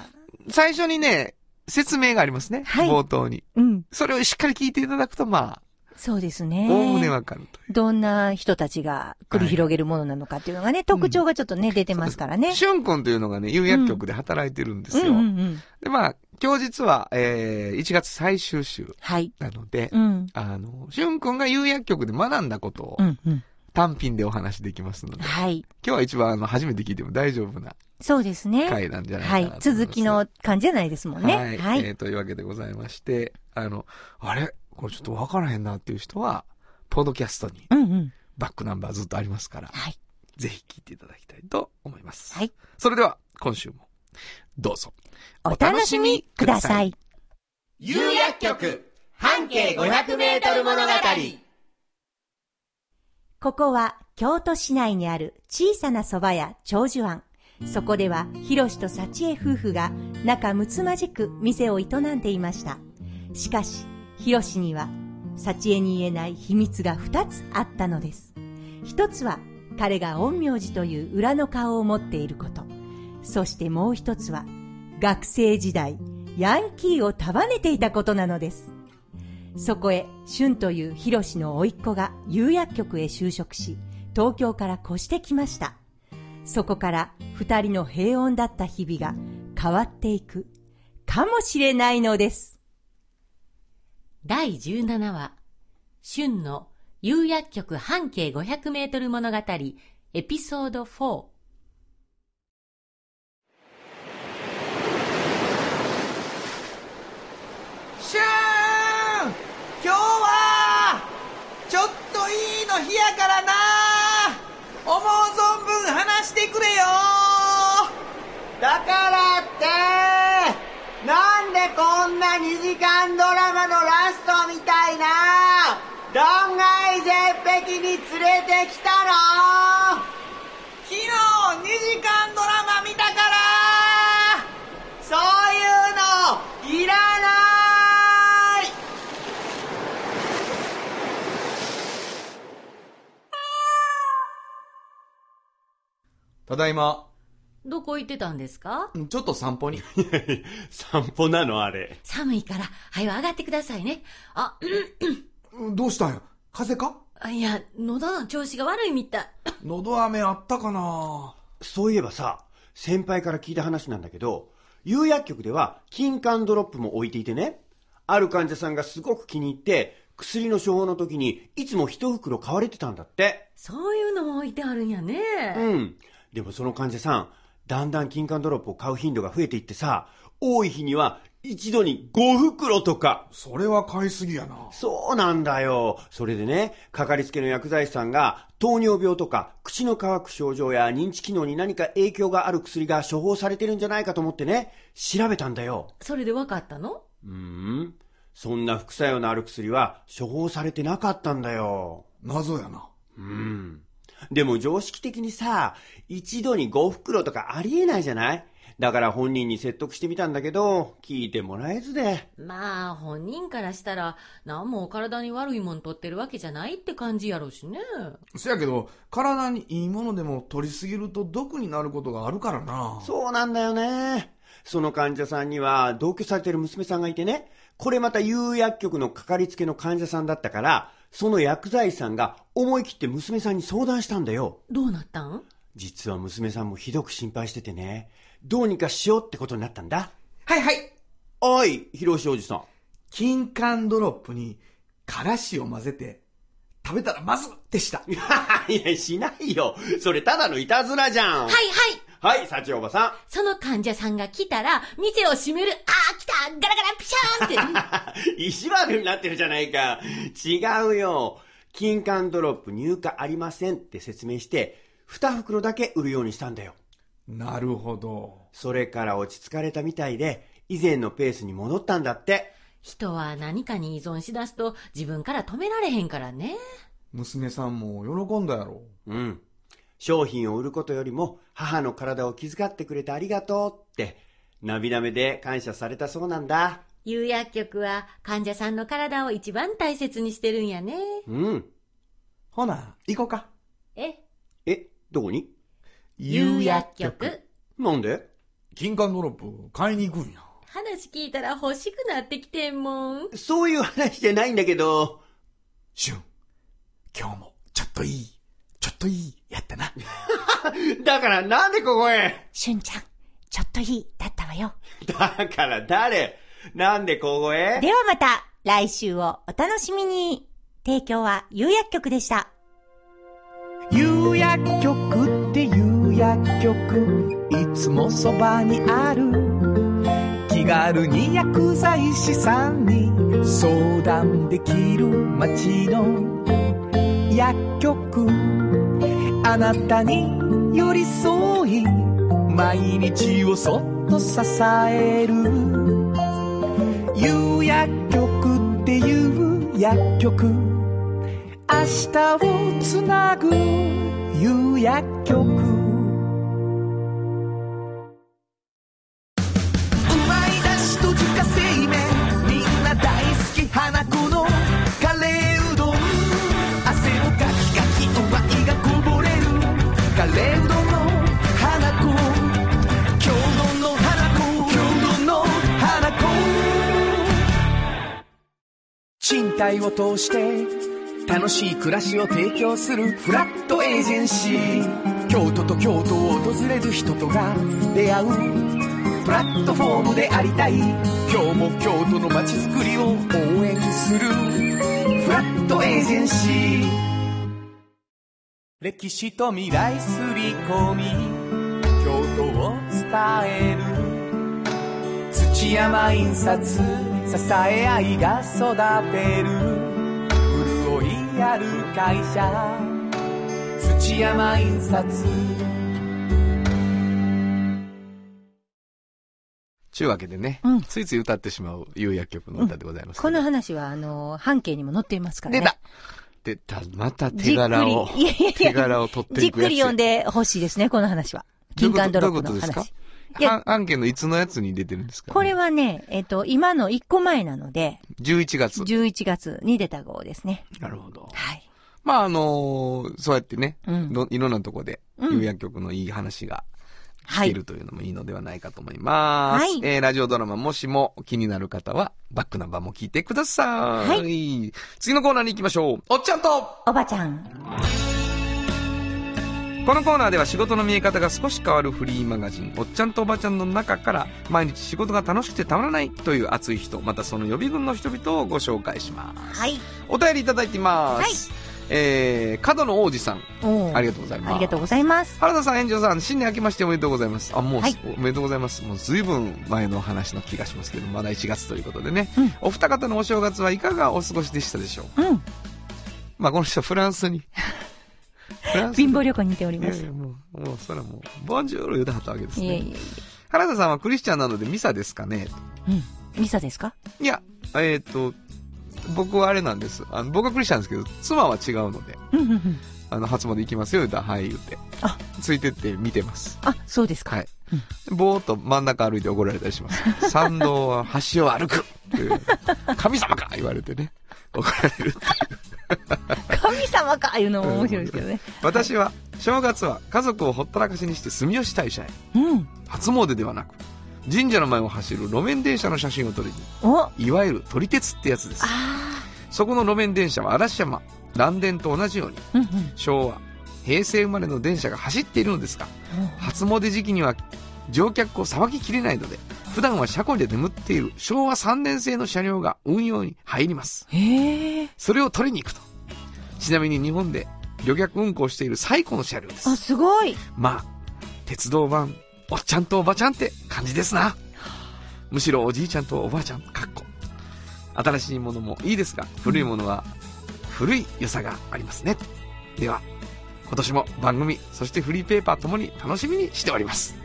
Speaker 2: 最初にね、説明がありますね。
Speaker 3: はい
Speaker 2: 冒頭に。
Speaker 3: うん。
Speaker 2: それをしっかり聞いていただくと、まあ、
Speaker 3: そうですね。
Speaker 2: おおむねわかるという。
Speaker 3: どんな人たちが繰り広げるものなのかっていうのがね、特徴がちょっとね、出てますからね。
Speaker 2: しゅんくんというのがね、有薬局で働いてるんです
Speaker 3: うん
Speaker 2: よ。
Speaker 3: うんうん。
Speaker 2: で、まあ、今日実は、えー、1月最終週
Speaker 3: はい。
Speaker 2: なので、
Speaker 3: うん。
Speaker 2: あの、しゅんくんが有薬局で学んだことを
Speaker 3: うんうん。
Speaker 2: 単品でお話できますので、今
Speaker 3: はい。
Speaker 2: 日は一番あの、初めて聞いても大丈夫な
Speaker 3: そうですね。
Speaker 2: 回なんじゃないか
Speaker 3: は
Speaker 2: なと
Speaker 3: い
Speaker 2: 思。ます
Speaker 3: 続きの感じじゃないですもんね。
Speaker 2: は。
Speaker 3: はいい。
Speaker 2: えーというわけでございまして、あの、あれこれちょっとわからへんなっていう人は、ポッドキャストに
Speaker 3: うんうん。
Speaker 2: バックナンバーずっとありますから、
Speaker 3: はい。
Speaker 2: ぜひ聞いていただきたいと思います。
Speaker 3: はい。
Speaker 2: それでは、今週も、どうぞ。
Speaker 3: お楽しみください。
Speaker 5: 有薬局半径500メートル物語
Speaker 3: ここは京都市内にある小さな蕎麦屋長寿庵。そこでは、ひろしと幸恵夫婦が仲睦まじく店を営んでいました。しかし、ひろしには、幸恵に言えない秘密が二つあったのです。一つは、彼が陰陽師という裏の顔を持っていること。そしてもう一つは、学生時代、ヤンキーを束ねていたことなのです。そこへ、俊というヒロシの甥っ子が釉薬局へ就職し、東京から越してきました。そこから二人の平穏だった日々が変わっていく、かもしれないのです。
Speaker 6: 第17話、春の釉薬局半径500メートル物語、エピソード4。
Speaker 5: シューン今日はちょっといいの日やからな思う存分話してくれよだからってなんでこんな2時間ドラマのラストみたいな断崖絶壁に連れてきたの昨日2時間ドラマ見たからそういうのいらない
Speaker 2: ただいま、
Speaker 6: どこ行ってたんですか
Speaker 2: ちょっと散歩に。
Speaker 7: 散歩なのあれ。
Speaker 6: 寒いから、早よ上がってくださいね。あ、
Speaker 4: どうしたんや風邪か
Speaker 6: うんいや、喉の調子が悪いみたい。
Speaker 4: 喉飴あったかな
Speaker 7: そういえばさ、先輩から聞いた話なんだけど、有薬局では金管ドロップも置いていてね、ある患者さんがすごく気に入って、薬の処方の時にいつも一袋買われてたんだって。
Speaker 6: そういうのも置いてあるんやね。
Speaker 7: うん。でもその患者さん、だんだん金管ドロップを買う頻度が増えていってさ、多い日には一度に5袋とか。
Speaker 4: それは買いすぎやな
Speaker 7: そうなんだよ。それでね、かかりつけの薬剤師さんが、糖尿病とか、口の乾く症状や認知機能に何か影響がある薬が処方されてるんじゃないかと思ってね、調べたんだよ。
Speaker 6: それで分かったの
Speaker 7: うーん。そんな副作用のある薬は処方されてなかったんだよ。
Speaker 4: 謎やな
Speaker 7: うん。でも常識的にさ、一度に5袋とかありえないじゃないだから本人に説得してみたんだけど、聞いてもらえずで。
Speaker 6: まあ、本人からしたら、何も体に悪いもん取ってるわけじゃないって感じやろうしね。
Speaker 4: せやけど体にいいものでも取りすぎると毒になることがあるからな
Speaker 7: そうなんだよね。その患者さんには同居されてる娘さんがいてね、これまた有薬局のかかりつけの患者さんだったから、その薬剤師さんが思い切って娘さんに相談したんだよ。
Speaker 6: どうなったん
Speaker 7: 実は娘さんもひどく心配しててね、どうにかしようってことになったんだ。
Speaker 4: はいはい
Speaker 7: おい、広ロおじさん。
Speaker 4: 金柑ドロップにからしを混ぜて食べたらまずでした
Speaker 7: いや、しないよ。それただのいたずらじゃん。
Speaker 6: はいは
Speaker 7: は
Speaker 6: い
Speaker 7: い、幸おばさん。
Speaker 6: その患者さんが来たら、店を閉める、あー来たガラガラピシャー ンって。
Speaker 7: 意地悪になってるじゃないか。違うよ。金管ドロップ入荷ありませんって説明して、二袋だけ売るようにしたんだよ。
Speaker 2: なるほど。
Speaker 7: それから落ち着かれたみたいで、以前のペースに戻ったんだって。
Speaker 6: 人は何かに依存しだすと自分から止められへんからね。
Speaker 2: 娘さんも喜んだやろ。
Speaker 7: うん。商品を売ることよりも、母の体を気遣ってくれてありがとうって、涙目で感謝されたそうなんだ。
Speaker 6: 有薬局は患者さんの体を一番大切にしてるんやね。
Speaker 7: うん。
Speaker 2: ほな、行こうか。
Speaker 6: え、
Speaker 7: え、どこに
Speaker 6: 有薬局。
Speaker 7: なんで
Speaker 2: 金管ドロップ買いに行くんや。
Speaker 6: 話聞いたら欲しくなってきてんもん。
Speaker 7: そういう話じゃないんだけど。
Speaker 2: シュン、今日もちょっといい、ちょっといい、やったな。
Speaker 7: だからなんでここへ
Speaker 3: しゅんちゃん、ちょっといい、だったわよ。
Speaker 7: だから誰なんでここへ
Speaker 3: ではまた、来週をお楽しみに。提供は有薬局でした。
Speaker 4: 有薬局って有薬局いつもそばにある気軽に薬剤師さんに相談できる街の薬局あなたに寄り添い毎日をそっと支える有薬局っていう薬局明日をつなぐ夕薬局うまいだしと自家製麺みんな大好き花子のカレーうどん汗をかきかきおわいがこぼれるカレーうどんの花子郷土の花子郷土の花子賃貸を通して楽しい暮らしを提供するフラットエージェンシー京都と京都を訪れる人とが出会うプラットフォームでありたい今日も京都の街づくりを応援するフラットエージェンシー歴史と未来すり込み京都を伝える土山印刷支え合いが育てる潤いある会社土山印刷
Speaker 2: ちゅうわけでね、
Speaker 8: うん
Speaker 2: ついつい歌ってしまう有薬局の歌でございま す、
Speaker 8: この話は、あの、半径にも載っていますから
Speaker 2: 出
Speaker 8: ね。
Speaker 2: た出たまた手柄を
Speaker 8: じっくりいやいやいや
Speaker 2: 手柄を取って
Speaker 8: じ
Speaker 2: い
Speaker 8: っ
Speaker 2: く
Speaker 8: く
Speaker 2: やつ
Speaker 8: り読んでほしいですね、この話は。金管ドロップの
Speaker 2: どういうことどういう
Speaker 8: 話。いや
Speaker 2: は案件のいつのやつに出てるんですか、
Speaker 8: これはね、えっと、今の1個前なので、
Speaker 2: 11月。
Speaker 8: 11月に出た号ですね。
Speaker 2: なるほど。
Speaker 8: はい。
Speaker 2: まあ、あのーそうやってね、
Speaker 8: うん
Speaker 2: のいろんなとこで、
Speaker 8: うん
Speaker 2: 有薬局のいい話が
Speaker 8: は
Speaker 2: 聞け
Speaker 8: い。
Speaker 2: るというのもいいのではないかと思います。
Speaker 8: はい
Speaker 2: えー、ラジオドラマもしも気になる方は、バックナンバーも聞いてください。
Speaker 8: は
Speaker 2: 次のコーナーに行きましょう。おっちゃんと
Speaker 8: おばちゃん。
Speaker 2: このコーナーでは仕事の見え方が少し変わるフリーマガジン「おっちゃんとおばちゃん」の中から毎日仕事が楽しくてたまらないという熱い人またその予備軍の人々をご紹介します
Speaker 8: はい。
Speaker 2: お便りいただいてます、えー、角の王子さん
Speaker 8: おー
Speaker 2: ありがとうございます
Speaker 8: ありがとうございます。
Speaker 2: 原田さん、炎上さん、新年明けましておめでとうございます。あ、もう、
Speaker 8: はい
Speaker 2: おめでとうございます。もう随分前の話の気がしますけど、まだ1月ということでね。
Speaker 8: うん
Speaker 2: お二方のお正月はいかがお過ごしでしたでしょうか
Speaker 8: うん。
Speaker 2: まあ、この人はフランス に。フランスに
Speaker 8: 貧乏旅行に似ており
Speaker 2: いや
Speaker 8: ま
Speaker 2: い
Speaker 8: す。
Speaker 2: やもう、もう、それはもう、ボンジュール言うてはったわけです
Speaker 8: いえいえい
Speaker 2: ね。原田さんはクリスチャンなのでミサですかね
Speaker 8: え。うん。ミサですか
Speaker 2: いや、えっ、と、僕はあれなんです。あの僕はクリスチャンですけど、妻は違うので、
Speaker 8: うんうんうん。
Speaker 2: あの、初詣行きますよ、言うたら、はい、言うて。
Speaker 8: あ
Speaker 2: ついてって見てます。
Speaker 8: あ、そうですか。
Speaker 2: はい。ぼーっと真ん中歩いて怒られたりしま す。参道は橋を歩くっていう、神様か言われてね、怒られる。
Speaker 8: 神様かいうのも面白いですけどね。
Speaker 2: 私は、正月は家族をほったらかしにして住吉大社へ。
Speaker 8: うん。
Speaker 2: 初詣ではなく神社の前を走る路面電車の写真を撮り
Speaker 8: おあ
Speaker 2: にいわゆる撮り鉄ってやつです
Speaker 8: あ
Speaker 2: そこの路面電車は嵐山南電と同じように
Speaker 8: ー。うんうん。
Speaker 2: 昭和平成生まれの電車が走っているのですが初詣時期には乗客をさばききれないので普段は車庫で眠っている昭和3年製の車両が運用に入ります
Speaker 8: へえ。
Speaker 2: それを取りに行くとちなみに日本で旅客運行している最古の車両です
Speaker 8: あ、すごい。
Speaker 2: まあ、鉄道版、おっちゃんとおばちゃんって感じですな。むしろおじいちゃんとおばあちゃん、かっこ。新しいものもいいですが、古いものは古い良さがありますね。では、今年も番組そしてフリーペーパーともに楽しみにしております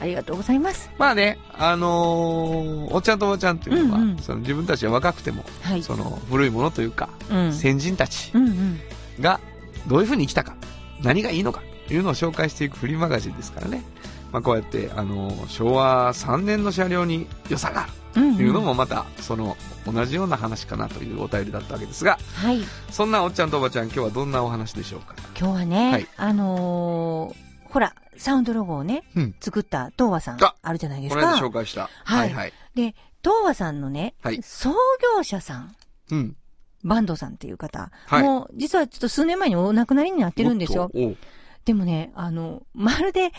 Speaker 3: ありがとうございます。
Speaker 2: まあねあのーおっちゃんとおばちゃんというのは、
Speaker 3: うんうん
Speaker 2: その自分たちは若くても、
Speaker 3: はい。
Speaker 2: その古いものというか、
Speaker 3: うん。
Speaker 2: 先人たち
Speaker 3: うんうん。
Speaker 2: がどういうふうに生きたか何がいいのかというのを紹介していくフリーマガジンですからね、まあ、こうやって、あのー昭和3年の車両に良さがある
Speaker 3: うん、
Speaker 2: というのもまたその同じような話かなというお便りだったわけですが
Speaker 3: はい。今
Speaker 2: そんなおっちゃんとおばちゃん今日はどんなお話でしょうか
Speaker 3: 日はね、
Speaker 2: はい
Speaker 3: あのーほら、サウンドロゴをね、
Speaker 2: うん
Speaker 3: 作った東和さん
Speaker 2: あ
Speaker 3: あるじゃないです
Speaker 2: この間
Speaker 3: か
Speaker 2: 紹。介した
Speaker 3: は
Speaker 2: はいいはい
Speaker 3: で、東和さんのね、
Speaker 2: はい
Speaker 3: 創業者さん、
Speaker 2: うん
Speaker 3: バンドさんっていう方、
Speaker 2: はい
Speaker 3: もう実はちょっと数年前にお亡くなりになってるんですよ。
Speaker 2: おっと
Speaker 3: でもね、あの、まるで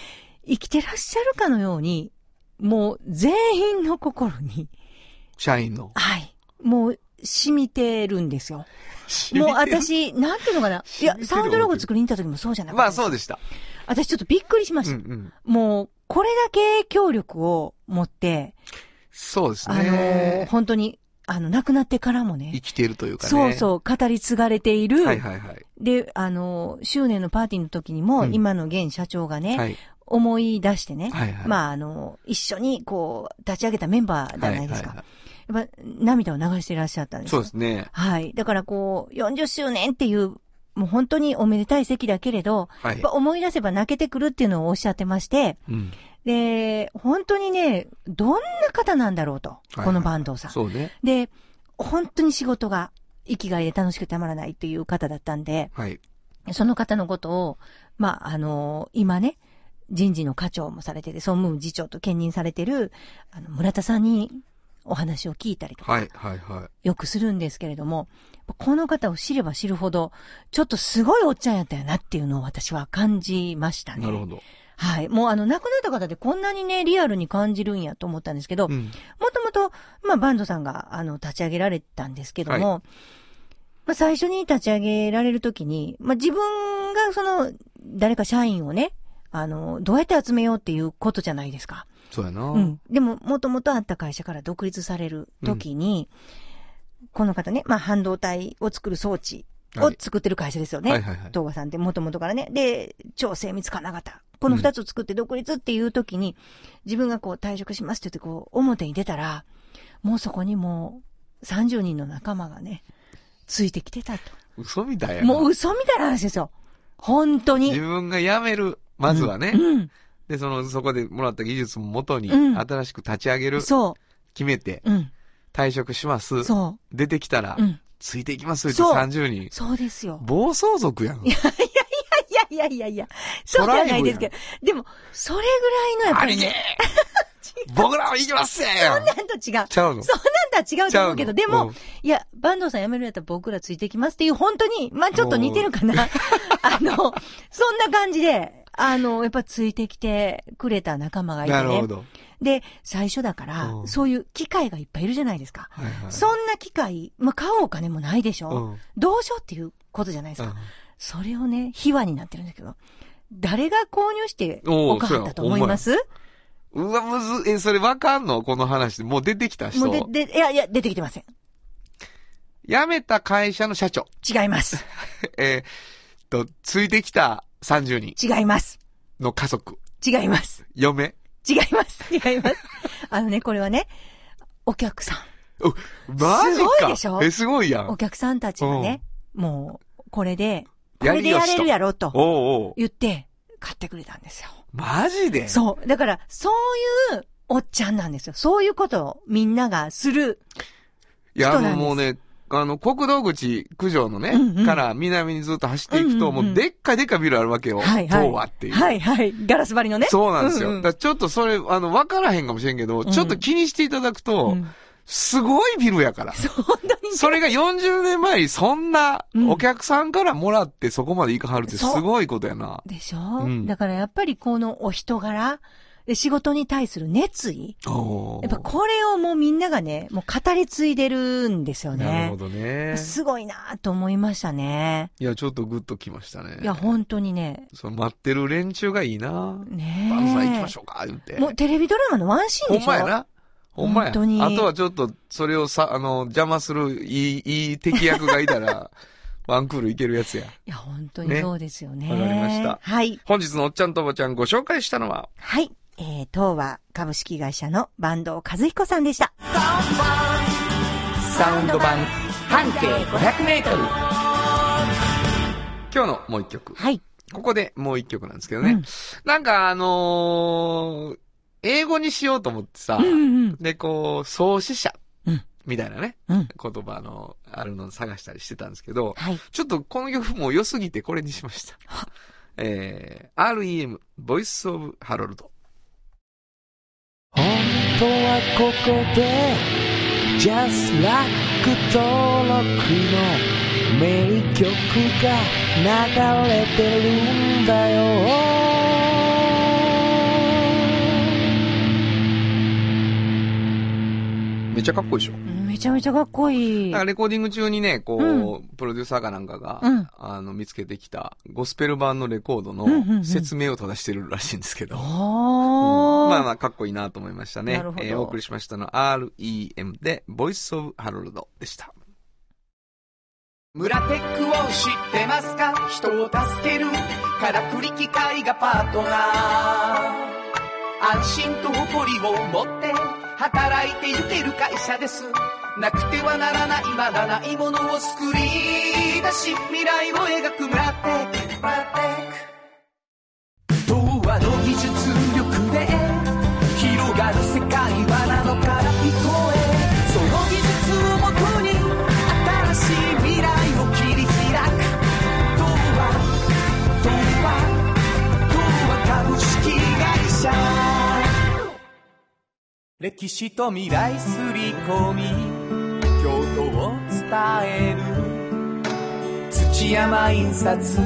Speaker 3: 生きてらっしゃるかのように、もう全員の心に、
Speaker 2: お社員の
Speaker 3: はい、もう染みてるんですよ。もう私、なんていうのかな。いや
Speaker 2: 染みて、る
Speaker 3: サウンドロゴ作りに行った時もそうじゃなかった。
Speaker 2: まあそうでした
Speaker 3: 私ちょっとびっくりしま
Speaker 2: う
Speaker 3: し
Speaker 2: ん
Speaker 3: た。
Speaker 2: うん
Speaker 3: もう、これだけ影響力を持って、
Speaker 2: そうです
Speaker 3: あのー
Speaker 2: ね
Speaker 3: 本当に、あの、亡くなってからも
Speaker 2: 生
Speaker 3: ね、
Speaker 2: きているというかね
Speaker 3: そうそう、語り継がれている、
Speaker 2: はいはいはい
Speaker 3: で、あのー、周年のパーティーの時にも、
Speaker 2: うん
Speaker 3: 今の現社長がね、
Speaker 2: はい
Speaker 3: 思い出してね、
Speaker 2: はいはい
Speaker 3: まあ、あのー、一緒に、こう、立ち上げたメンバーじゃないですか。
Speaker 2: はは
Speaker 3: やっぱ、涙を流していらっしゃったん
Speaker 2: い
Speaker 3: です
Speaker 2: そ
Speaker 3: よ
Speaker 2: うですね
Speaker 3: はい。だからこう、40周年っていう、もう本当におめでたい席だけれど、
Speaker 2: は
Speaker 3: や
Speaker 2: い
Speaker 3: っぱ思い出せば泣けてくるっていうのをおっしゃってまして、
Speaker 2: うん
Speaker 3: で、本当にね、どんな方なんだろうと、
Speaker 2: い
Speaker 3: このバンドさん。
Speaker 2: そうね
Speaker 3: で、本当に仕事が生きがいで楽しくてたまらないっていう方だったんで、
Speaker 2: はい
Speaker 3: その方のことを、まあ、あの今ね、人事の課長もされてて、総務次長と兼任されてる、あの、村田さんにお話を聞いたりとか、
Speaker 2: はいはいは
Speaker 3: よくするんですけれども、この方を知れば知るほど、ちょっとすごいおっちゃんやったよなっていうのを私は感じました
Speaker 2: い
Speaker 3: ね。
Speaker 2: なるほど
Speaker 3: はい。もうあの、亡くなった方でこんなにね、リアルに感じるんやと思ったんですけど、
Speaker 2: う
Speaker 3: も
Speaker 2: ん
Speaker 3: ともと、まあ、バンドさんが、あの、立ち上げられたんですけども、まあ、最初に立ち上げられるときに、まあ、自分がその、誰か社員をね、あの、どうやって集めようっていうことじゃないですか。
Speaker 2: そうやな
Speaker 3: うん。でも、もともとあった会社から独立されるときに、この方ね、まあ、半導体を作る装置を
Speaker 2: はい
Speaker 3: 作ってる会社ですよね。
Speaker 2: はいはいはい
Speaker 3: 東和さんってもともとからね。で、超精密金型。この二つを作って独立っていう時に、自分がこう退職しますって言ってこう表に出たら、もうそこにもう30人の仲間がね、ついてきてたと。
Speaker 2: 嘘みたいやな
Speaker 3: もう嘘みたいな話ですよ。本当
Speaker 2: 自
Speaker 3: に。
Speaker 2: 分が辞めるまずはね
Speaker 3: うん。
Speaker 2: で、その、そこでもらった技術も元に、
Speaker 3: うん
Speaker 2: 新しく立ち上げる、
Speaker 3: そ
Speaker 2: 決めて、
Speaker 3: う。うん。
Speaker 2: 退職します。
Speaker 3: そ
Speaker 2: 出てきたら、
Speaker 3: う。うん。
Speaker 2: ついていきますって
Speaker 3: そう
Speaker 2: 30人。
Speaker 3: そうですよ。
Speaker 2: 暴走族やん。
Speaker 3: いやいやいやいや、そうじゃないですけど、でも、それぐらいのやっ
Speaker 2: あ
Speaker 3: ぱ
Speaker 2: り
Speaker 3: り、
Speaker 2: げ
Speaker 3: ね、
Speaker 2: ー僕らは行きますや ん
Speaker 3: なんと違う。
Speaker 2: ちゃうの
Speaker 3: そんなんとは違うと思うけど、
Speaker 2: ち
Speaker 3: で
Speaker 2: ゃうのう
Speaker 3: も
Speaker 2: ん、
Speaker 3: いや、坂東さん辞めるんやったら僕らついてきますっていう、本当に、まあちょっと似てるかな。 あの、そんな感じで、あの、やっぱついてきてくれた仲間がいて
Speaker 2: なる
Speaker 3: ね
Speaker 2: ほ。ど。
Speaker 3: で、最初だから
Speaker 2: う、ん
Speaker 3: そういう機会がいっぱいいるじゃないですか。
Speaker 2: はいはい。
Speaker 3: そんな機会、まあ買おうお金もないでし
Speaker 2: う
Speaker 3: ょ。
Speaker 2: ん。
Speaker 3: どうしようっていうことじゃないですか。それをね、秘話になってるんですけど、誰が購入して
Speaker 2: おー
Speaker 3: おかはったと思います
Speaker 2: うんうわ、むず、え、それわかんのこの話で。もう出てきた人。
Speaker 3: もうで、で、いやいや、出てきてません。
Speaker 2: 辞めた会社の社長。
Speaker 3: 違います。
Speaker 2: えーっと、ついてきた30人
Speaker 3: 違います。
Speaker 2: の家族。
Speaker 3: 違います。
Speaker 2: 嫁。
Speaker 3: 違い ます。違います。あのね、これはね、お客さ
Speaker 2: マジか
Speaker 3: すごいでしょ
Speaker 2: え、すごいや
Speaker 3: ん。
Speaker 2: ん
Speaker 3: お。客さんたちがね、もう、これで、こ
Speaker 2: や
Speaker 3: れ
Speaker 2: り
Speaker 3: で
Speaker 2: よ
Speaker 3: や
Speaker 2: しと
Speaker 3: れるやろと
Speaker 2: おうおう。
Speaker 3: 言って、買ってくれたんですよ。
Speaker 2: マジで
Speaker 3: そう。だから、そういうおっちゃんなんですよ。そういうことをみんながする。
Speaker 2: いや、
Speaker 3: 人なんです
Speaker 2: もうね、あの、国道口九条のね、
Speaker 3: うんうん
Speaker 2: から南にずっと走っていくと、
Speaker 3: うんうんうん
Speaker 2: もうでっかいでっかいビルあるわけよ。
Speaker 3: はいはい。
Speaker 2: 東和っていう。
Speaker 3: はいはい。ガラス張りのね。
Speaker 2: そうなんですよ。
Speaker 3: うんうん
Speaker 2: だからちょっとそれ、あの、わからへんかもしれんけど、
Speaker 3: うん
Speaker 2: ちょっと気にしていただくと、
Speaker 3: うん
Speaker 2: すごいビルやから。
Speaker 3: そう本当にね
Speaker 2: それが40年前にそんな
Speaker 3: うん
Speaker 2: お客さんからもらってそこまで行かはるってす
Speaker 3: そう
Speaker 2: ごいことやな。
Speaker 3: でしょ、
Speaker 2: うん
Speaker 3: だからやっぱりこのお人柄、で仕事に対する熱意。
Speaker 2: おー
Speaker 3: やっぱこれをもうみんながね、もう語り継いでるんですよね。
Speaker 2: なるほどね。
Speaker 3: すごいなと思いましたね。
Speaker 2: いや、ちょっとグッときましたね。
Speaker 3: いや、本当にね。
Speaker 2: その待ってる連中がいいな。
Speaker 3: ねえ。
Speaker 2: バンさん行きましょうか、言って。
Speaker 3: もうテレビドラマのワンシーン
Speaker 2: ほ
Speaker 3: で
Speaker 2: ん
Speaker 3: しょ
Speaker 2: まやな。ほんまや。
Speaker 3: 本当に
Speaker 2: あとはちょっと、それをさ、あの、邪魔するいい、いい敵役がいたら、ワンクールいけるやつや。
Speaker 3: いや、本当にそうですよね。
Speaker 2: ねわかりました
Speaker 3: はい。
Speaker 2: 本日のおっちゃんとおばちゃんご紹介したのは、
Speaker 3: はい。えー、当は株式会社の坂東和彦さんでした。
Speaker 2: サウンド版半径500メートル。今日のもう一曲。
Speaker 3: はい。
Speaker 2: ここでもう一曲なんですけどね。
Speaker 3: うん
Speaker 2: なんかあのー英語にしようと思ってさ、
Speaker 3: うん
Speaker 2: で、こう、創始者
Speaker 3: うん、
Speaker 2: みたいなね、
Speaker 3: うん
Speaker 2: 言葉のあるのを探したりしてたんですけど、
Speaker 3: はい。
Speaker 2: ちょっとこの曲もう良すぎてこれにしま した。えー、REM、ボイスオブハロルド。
Speaker 4: 本当はここで Just Rock 登録の名曲が流れてるんだよ
Speaker 2: めっちゃかっこいいでしょ
Speaker 3: めちゃめちゃかっこいい。
Speaker 2: なんかレコーディング中にね、こう、
Speaker 3: う
Speaker 2: プロデューサーかなんかが、
Speaker 3: うん
Speaker 2: あの、見つけてきた、ゴスペル版のレコード
Speaker 3: うんうんう
Speaker 2: の
Speaker 3: ん
Speaker 2: 説明を正してるらしいんですけど。
Speaker 3: おー。
Speaker 2: まあまあ、かっこいいなと思いましたね。
Speaker 3: なるほど
Speaker 2: えーお送りしましたの REM で、ボイスオブハロルドでした。
Speaker 4: ムラテックを知ってますか人を助けるからくり機械がパートナー安心と誇りを持って働いてゆける会社ですなくてはならないまだないものを作り出し未来を描くムラテックムラテック童話の技術力で広がる世界はなのから聞こえその技術をもとに新しい未来を切り開く童話童話童話株式会社歴史と未来すり込み京都を伝える土山印刷支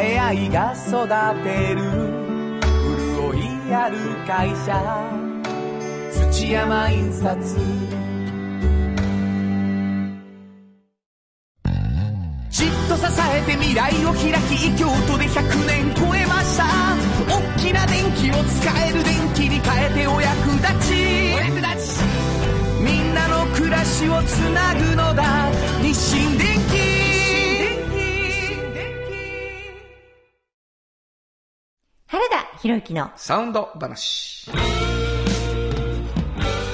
Speaker 4: え合いが育てる潤いある会社土山印刷じっと支えて未来を開き京都で100年超えました大きな電気を使える電気に変えてお役立ちお役立ちみんなの暮らしをつなぐのだ日清電気
Speaker 3: 原田博之の
Speaker 2: サウンド話。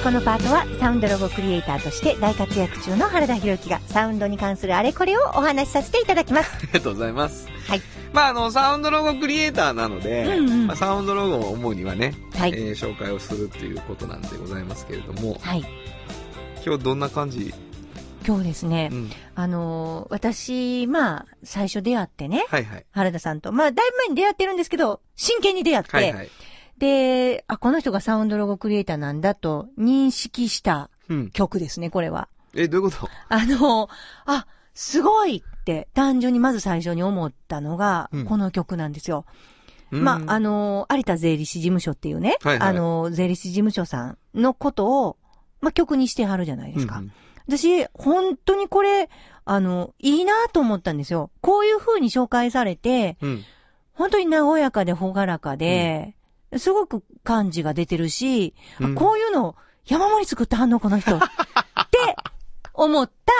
Speaker 3: このパートはサウンドロゴクリエイターとして大活躍中の原田博之がサウンドに関するあれこれをお話しさせていただきます
Speaker 2: あ。りがとうございます。
Speaker 3: はい。
Speaker 2: まあ、あの、サウンドロゴクリエイターなので、
Speaker 3: うんうん
Speaker 2: まあ、サウンドロゴを主にはね、
Speaker 3: はい
Speaker 2: えー紹介をするっていうことなんでございますけれども、
Speaker 3: はい。
Speaker 2: 今日どんな感じ、
Speaker 3: 今日ですね
Speaker 2: う、ん、
Speaker 3: あのー私、まあ、最初出会ってね、
Speaker 2: はいはい。
Speaker 3: 原田さんと、まあ、だいぶ前に出会ってるんですけど、真剣に出会って、
Speaker 2: はいはい。
Speaker 3: で、あ、この人がサウンドロゴクリエイターなんだと認識した
Speaker 2: うん。
Speaker 3: 曲ですね、これは。
Speaker 2: え、どういうこと
Speaker 3: あの、あ、すごいって、単純にまず最初に思ったのが
Speaker 2: うん、
Speaker 3: この曲なんですよ。まあ、あの、
Speaker 2: の、
Speaker 3: 有田税理士事務所っていうね、
Speaker 2: はいはい
Speaker 3: あの、税理士事務所さんのことを、まあ、曲にしてはるじゃないですか。
Speaker 2: うんうん
Speaker 3: 私、本当にこれ、あの、いいなと思ったんですよ。こういう風に紹介されて、
Speaker 2: うん。
Speaker 3: 本当に和やかで朗らかで、すごく感じが出てるし、あ
Speaker 2: うん
Speaker 3: こういうの、山盛り作ってはんの、この 人。って思った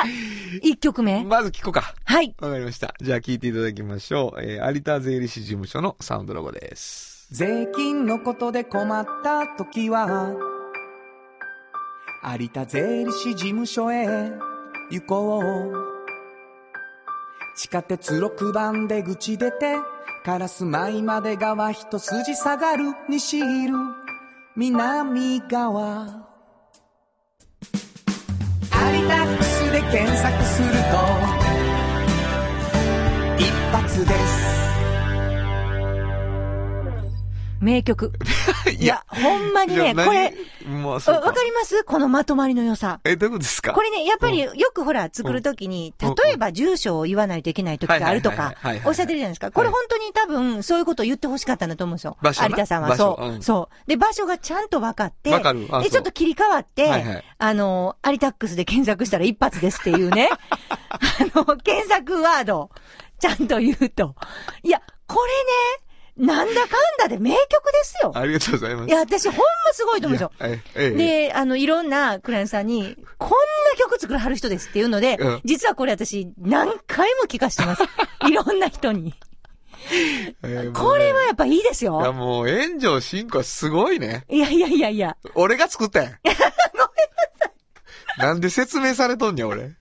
Speaker 3: 一曲目。
Speaker 2: まず聞こうか。
Speaker 3: はい。
Speaker 2: わかりました。じゃあ聞いていただきましょう。えー、有田税理士事務所のサウンドロゴです。
Speaker 4: 税金のことで困った時は有田税理士事務所へ行こう地下鉄6番で愚痴出てカラス舞まで川一筋下がる西いる南側有田ックスで検索すると一発です
Speaker 3: 名 曲。いや、ほんまに
Speaker 2: じゃ
Speaker 3: ね、
Speaker 2: あ
Speaker 3: これ、、
Speaker 2: 何まあ、
Speaker 3: あ
Speaker 2: そう
Speaker 3: わ
Speaker 2: か
Speaker 3: か。りますこのまとまりの良さ。
Speaker 2: え、どういうことです か
Speaker 3: これね、やっぱりよくほら、作るときに、
Speaker 2: うん
Speaker 3: 例えば住所を言わないといけない時があると
Speaker 2: はい
Speaker 3: か
Speaker 2: はいはいはいはいはい、
Speaker 3: おっしゃってるじゃないですか。これ本当に多分、そういうことを言ってほしかったんだと思うんですよ。
Speaker 2: 場所な
Speaker 3: 有田さん
Speaker 2: 場
Speaker 3: は。
Speaker 2: 所
Speaker 3: そう、
Speaker 2: うん
Speaker 3: そう。で、場所がちゃんと分かって、
Speaker 2: わかるあ
Speaker 3: で、
Speaker 2: そう
Speaker 3: ちょっと切り替わって、
Speaker 2: はいはい
Speaker 3: あの、アリタックスで検索したら一発ですっていう ね。あの、検索ワード、ちゃんと言うと。いや、これね、
Speaker 8: なんだかんだで名曲ですよ。
Speaker 2: ありがとうございます。
Speaker 8: いや、私ほんますごいと思うんですよ。
Speaker 2: はい、ええ、
Speaker 8: で、あの、いろんなクライアントさんに、こんな曲作らはる人ですっていうので、
Speaker 2: うん
Speaker 8: 実はこれ私何回も聞かして ます。いろんな人に。
Speaker 2: ええもうね
Speaker 8: これはやっぱいいです
Speaker 2: いや、
Speaker 8: よ。
Speaker 2: もう、炎上進行すごいね。
Speaker 8: いやいやいやいや。
Speaker 2: 俺が作 ったやん。ごめんなさい。なんで説明されとんねん、俺。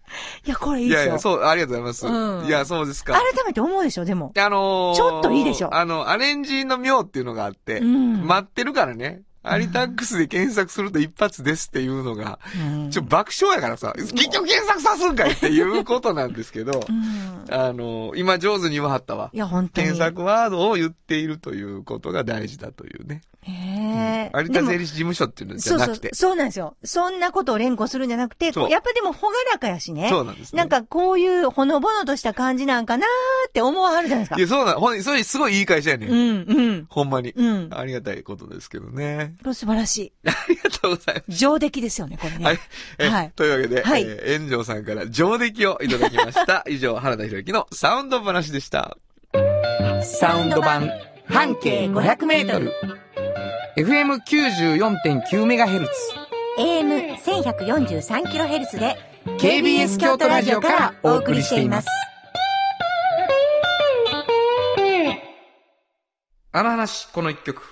Speaker 8: いや、これいい
Speaker 2: い
Speaker 8: ですよ。
Speaker 2: やいや、そう、ありがとうございま
Speaker 8: う
Speaker 2: す。
Speaker 8: ん
Speaker 2: いや、そうですか
Speaker 8: 改。めて思うでしょ、で も。
Speaker 2: あのー
Speaker 8: ちょっといいでしょ
Speaker 2: あの、アレンジの妙っていうのがあって、
Speaker 8: うん
Speaker 2: 待ってるからね。アリタックスで検索すると一発ですっていうのが、
Speaker 8: うん
Speaker 2: ちょ、爆笑やからさ、結局検索さすんかいっていうことなんですけど
Speaker 8: う、ん
Speaker 2: あのー今上手に言わはったわ
Speaker 8: い。や、本当に。
Speaker 2: 検索ワードを言っているということが大事だというね。
Speaker 8: ねえ。
Speaker 2: 有
Speaker 8: で
Speaker 2: 田
Speaker 8: も
Speaker 2: 税理士事務所っていうのじ
Speaker 8: そ
Speaker 2: ゃ
Speaker 8: う
Speaker 2: な
Speaker 8: そう
Speaker 2: くて。、
Speaker 8: そうなんですよ。そんなことを連呼するんじゃなくて、
Speaker 2: そう
Speaker 8: こうやっぱでもほがらかやしね。
Speaker 2: そうなんですね
Speaker 8: なんかこういうほのぼのとした感じなんかなーって思わはるじゃないですか
Speaker 2: い。や、そうな、ほん、それすごいいい会社やねん。
Speaker 8: うん、うん。
Speaker 2: ほんまに。
Speaker 8: うん。
Speaker 2: ありがたいことですけどね。
Speaker 8: これ素晴らし
Speaker 2: ありがとうございま
Speaker 8: い。
Speaker 2: す。
Speaker 8: 上出来ですよね、これね。
Speaker 2: はい。え
Speaker 8: はい
Speaker 2: というわけで、
Speaker 8: はい
Speaker 2: えー、炎上さんから上出来をいただきました。以上、原田博之のサウンド話でした。
Speaker 4: サウンド版
Speaker 6: 半径500メートル。
Speaker 2: FM94.9MHz。
Speaker 6: AM1143kHz で
Speaker 2: KBS 京都ラジオからお送りしています。あの話、この一曲。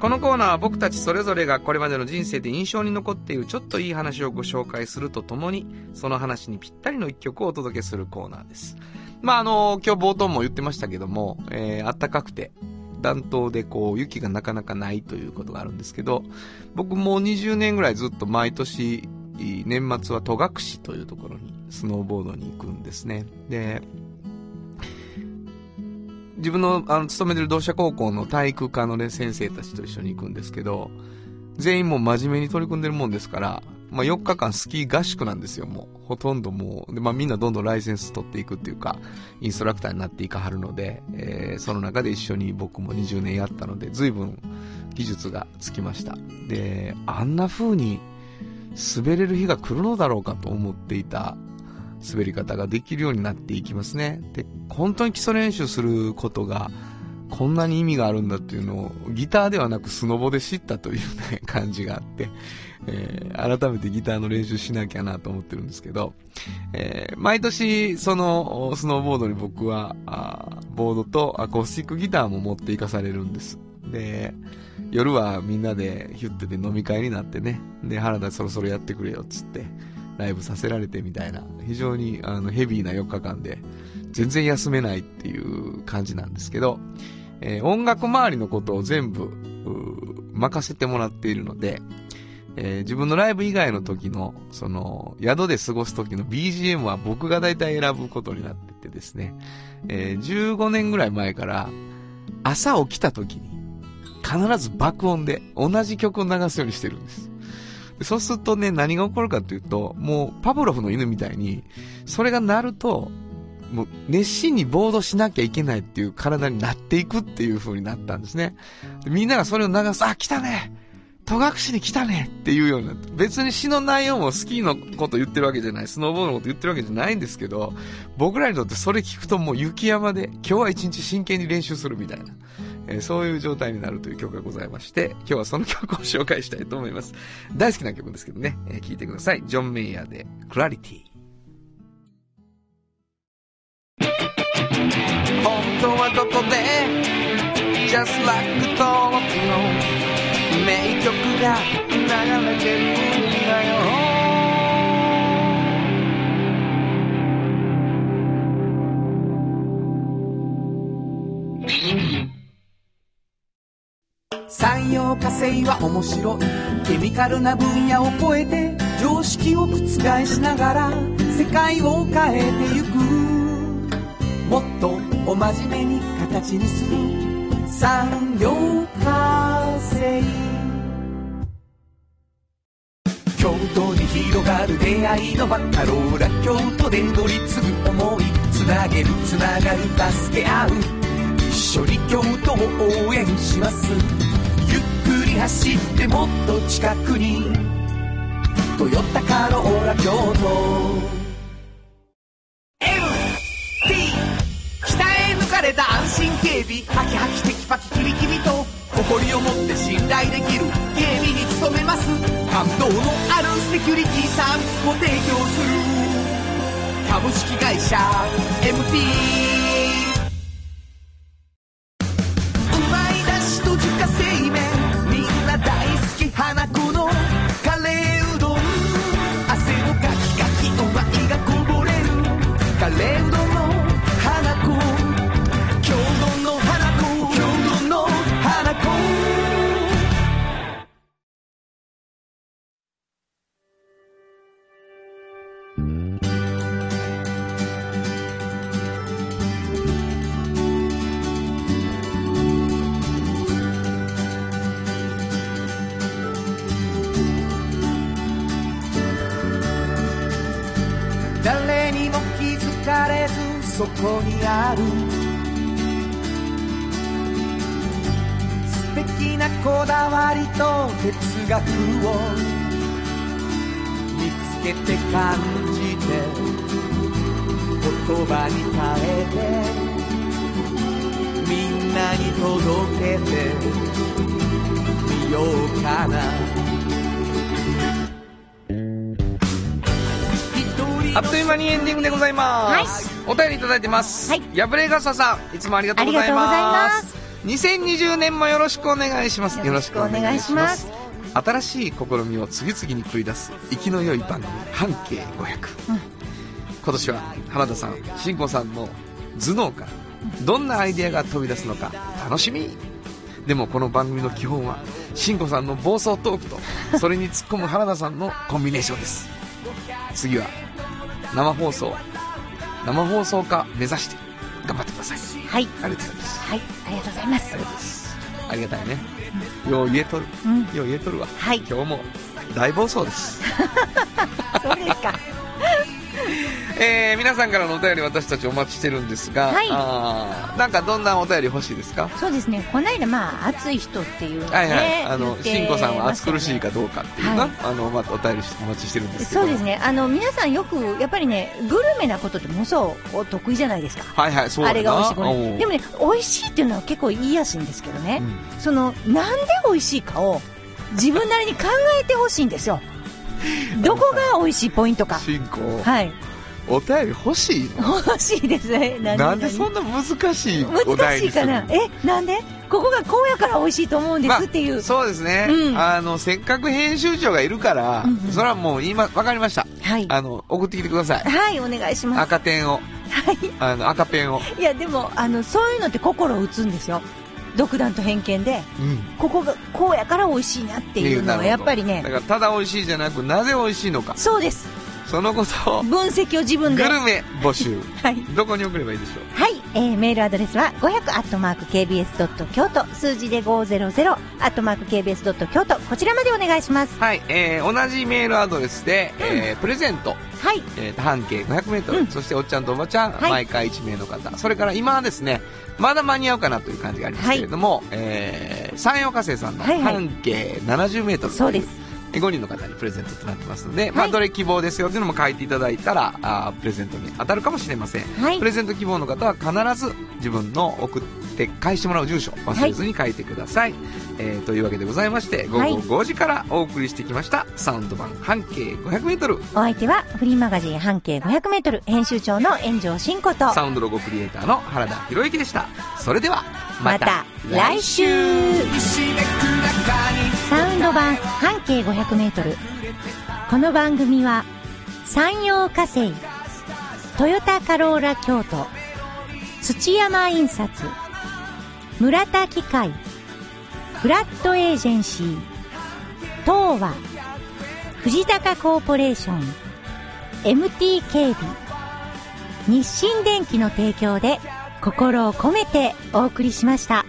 Speaker 2: このコーナーは僕たちそれぞれがこれまでの人生で印象に残っているちょっといい話をご紹介するとともに、その話にぴったりの一曲をお届けするコーナーです。まあ、あの、今日冒頭も言ってましたけども、えー、暖かくて、暖冬でこう、雪がなかなかないということがあるんですけど、僕もう20年ぐらいずっと毎年、年末は戸隠というところにスノーボードに行くんですね。で、自分のあの勤めてる同志社高校の体育科の、ね、先生たちと一緒に行くんですけど、全員もう真面目に取り組んでるもんですから、まあ、4日間スキー合宿なんですよ、もう。ほとんどもう。で、まあ、みんなどんどんライセンス取っていくっていうか、インストラクターになっていかはるので、えーその中で一緒に僕も20年やったので、随分技術がつきました。で、あんな風に滑れる日が来るのだろうかと思っていた滑り方ができるようになっていきますね。で、本当に基礎練習することがこんなに意味があるんだっていうのをギターではなくスノボで知ったというね、感じがあって、えー改めてギターの練習しなきゃなと思ってるんですけど、えー毎年そのスノーボードに僕はあーボードとアコースティックギターも持っていかされるんです。で、夜はみんなでヒュッてで飲み会になってね、で、原田そろそろやってくれよっつって、ライブさせられてみたいな、非常にあのヘビーな4日間で、全然休めないっていう感じなんですけど、えー音楽周りのことを全部、うー任せてもらっているので、えー自分のライブ以外の時の、その、宿で過ごす時の BGM は僕が大体選ぶことになっててですね、えー15年ぐらい前から、朝起きた時に、必ず爆音で同じ曲を流すようにしてるんです。でそうするとね、何が起こるかというと、もうパブロフの犬みたいに、それが鳴ると、もう熱心にボードしなきゃいけないっていう体になっていくっていう風になったんですね。でみんながそれを流す、あ、来たね戸隠に来たねっていうようになった。別に詩の内容もスキーのこと言ってるわけじゃない、スノーボードのこと言ってるわけじゃないんですけど、僕らにとってそれ聞くともう雪山で、今日は一日真剣に練習するみたいな。えーそういう状態になるという曲がございまして、今日はその曲を紹介したいと思います。大好きな曲ですけどね、えー聴いてください。ジョン・メイヤーで、クラリティ。本当はどこで Just like t h の名曲が流れてるんだよ
Speaker 4: 産業化成は面白いケミカルな分野を超えて常識を覆しながら世界を変えてゆくもっとお真面目に形にする産業化成京都に広がる出会いのバカローラ京都で乗り継ぐ思いつなげるつながる助け合う一緒に京都を応援しますゆっくり走ってもっと近くに「トヨタカローラ京都」MT 鍛え抜かれた安神警備ハキハキテキパキキビキビと誇りを持って信頼できる警備に努めます感動のあるセキュリティサービスを提供する株式会社 MT うまいだしと自家製麺みんな大好き花子のカレーうどん汗をかきかきおまきがこぼれるカレーうどんの花子郷土の花子郷土の花子誰にも気づかれずそこにある素敵なこだわりと哲学を見つけて感じて言葉に変えてみんなに届けてみようかな
Speaker 2: あっという間にエンディングでございます。お便りいただいてます。
Speaker 3: はい
Speaker 2: やぶれがささん、いつもありがとうございます。
Speaker 3: ありがとうございます
Speaker 2: 2020年もよろしくお願いします。
Speaker 3: よろしくお願いします
Speaker 2: よろしくお願いします。新しい試みを次々に繰り出す生きの良い番組半径500、今年は原田さん慎吾さんの頭脳からどんなアイデアが飛び出すのか楽しみでもこの番組の基本は慎吾さんの暴走トーク とそれに突っ込む原田さんのコンビネーションです次は生放送生放送化目指して頑張ってください
Speaker 3: はい。
Speaker 2: ありがとうございます
Speaker 3: はい。ありがとうございます。
Speaker 2: ありがたいねよう言えとる、
Speaker 3: ん
Speaker 2: よう言えとるわ、
Speaker 3: はい
Speaker 2: 今日も大暴走です
Speaker 3: そうですか。
Speaker 2: えー皆さんからのお便り私たちお待ちしてるんですが、
Speaker 3: はい
Speaker 2: あーなんかどんなお便り欲しいですか
Speaker 3: そうですね。この間、まあ、暑い人っていうのね。
Speaker 2: はいはい、あ
Speaker 3: 言
Speaker 2: の、
Speaker 3: って
Speaker 2: しんこさんは
Speaker 3: ま
Speaker 2: 暑
Speaker 3: したね
Speaker 2: 苦しいかどうかっていうな、
Speaker 3: はい
Speaker 2: あの、またお便りお待ちしてるんですけど。
Speaker 3: そうですね。あの、皆さんよく、やっぱりね、グルメなことってものすごくお得意じゃないですか。
Speaker 2: はいはい、そうだ
Speaker 3: あ
Speaker 2: な
Speaker 3: れが美味しいこ
Speaker 2: おう
Speaker 3: れ。でもね、美味しいっていうのは結構言いやすいんですけどね。
Speaker 2: うん
Speaker 3: その、なんで美味しいかを、自分なりに考えてほしいん ですよ。どこが美味しいポイントか。
Speaker 2: しんこ、
Speaker 3: はい。
Speaker 2: お便り欲しい
Speaker 3: 欲しいですね。
Speaker 2: の
Speaker 3: 何
Speaker 2: なんで
Speaker 3: 何
Speaker 2: そんな難しいお
Speaker 3: 難
Speaker 2: 題
Speaker 3: し
Speaker 2: に
Speaker 3: い
Speaker 2: す
Speaker 3: か
Speaker 2: るの
Speaker 3: なえなんでここがこうやから美味しいと思うんですっていう、
Speaker 2: そうですね、
Speaker 3: うん
Speaker 2: あのせっかく編集長がいるから、
Speaker 3: うんうん
Speaker 2: それはもう今わかりました
Speaker 3: はい
Speaker 2: あの送ってきてください
Speaker 3: はいお願いします
Speaker 2: 赤点を
Speaker 3: はい
Speaker 2: あの赤ペンを、
Speaker 3: いやでもあのそういうのって心を打つんですよ独断と偏見で
Speaker 2: うん、
Speaker 3: ここがこうやから美味しいなっていうのはやっぱりね
Speaker 2: だからただ美味しいじゃなくなぜ美味しいのか
Speaker 3: そうです
Speaker 2: そのことを
Speaker 3: 分析を自分
Speaker 2: グ
Speaker 3: で
Speaker 2: ルメ募集
Speaker 3: はい
Speaker 2: どこに送ればいいでしょう
Speaker 3: はい、えーメールアドレスは500 k b s k y o t 数字で500 k b s k y o t こちらまでお願いします
Speaker 2: はい、えー同じメールアドレスで、えープレゼント、
Speaker 3: はい
Speaker 2: えー半径 500m、
Speaker 3: うん
Speaker 2: そしておっちゃんとおばちゃん、
Speaker 3: はい
Speaker 2: 毎回1名の方それから今はですねまだ間に合うかなという感じがありますけれども、えー山陽火星さんの
Speaker 3: はいはい
Speaker 2: 半径 70m という
Speaker 3: そうです
Speaker 2: 5人の方にプレゼントとなってますので、ま
Speaker 3: は
Speaker 2: あ、
Speaker 3: い
Speaker 2: どれ希望ですよというのも書いていただいたらあープレゼントに当たるかもしれません
Speaker 3: はい
Speaker 2: プレゼント希望の方は必ず自分の送って返してもらう住所忘れずに書いてください、えーというわけでございまして午
Speaker 3: はい
Speaker 2: 後5時からお送りしてきました、サウンド版半径 500m
Speaker 3: お相手はフリーマガジン半径 500m 編集長の炎上真子と
Speaker 2: サウンドロゴクリエイターの原田博之でしたそれでは
Speaker 3: また来週サウンド版半径 500m この番組は山陽火星トヨタカローラ京都土山印刷村田機械フラットエージェンシー東和藤高コーポレーション MT 警備日清電機の提供で心を込めてお送りしました。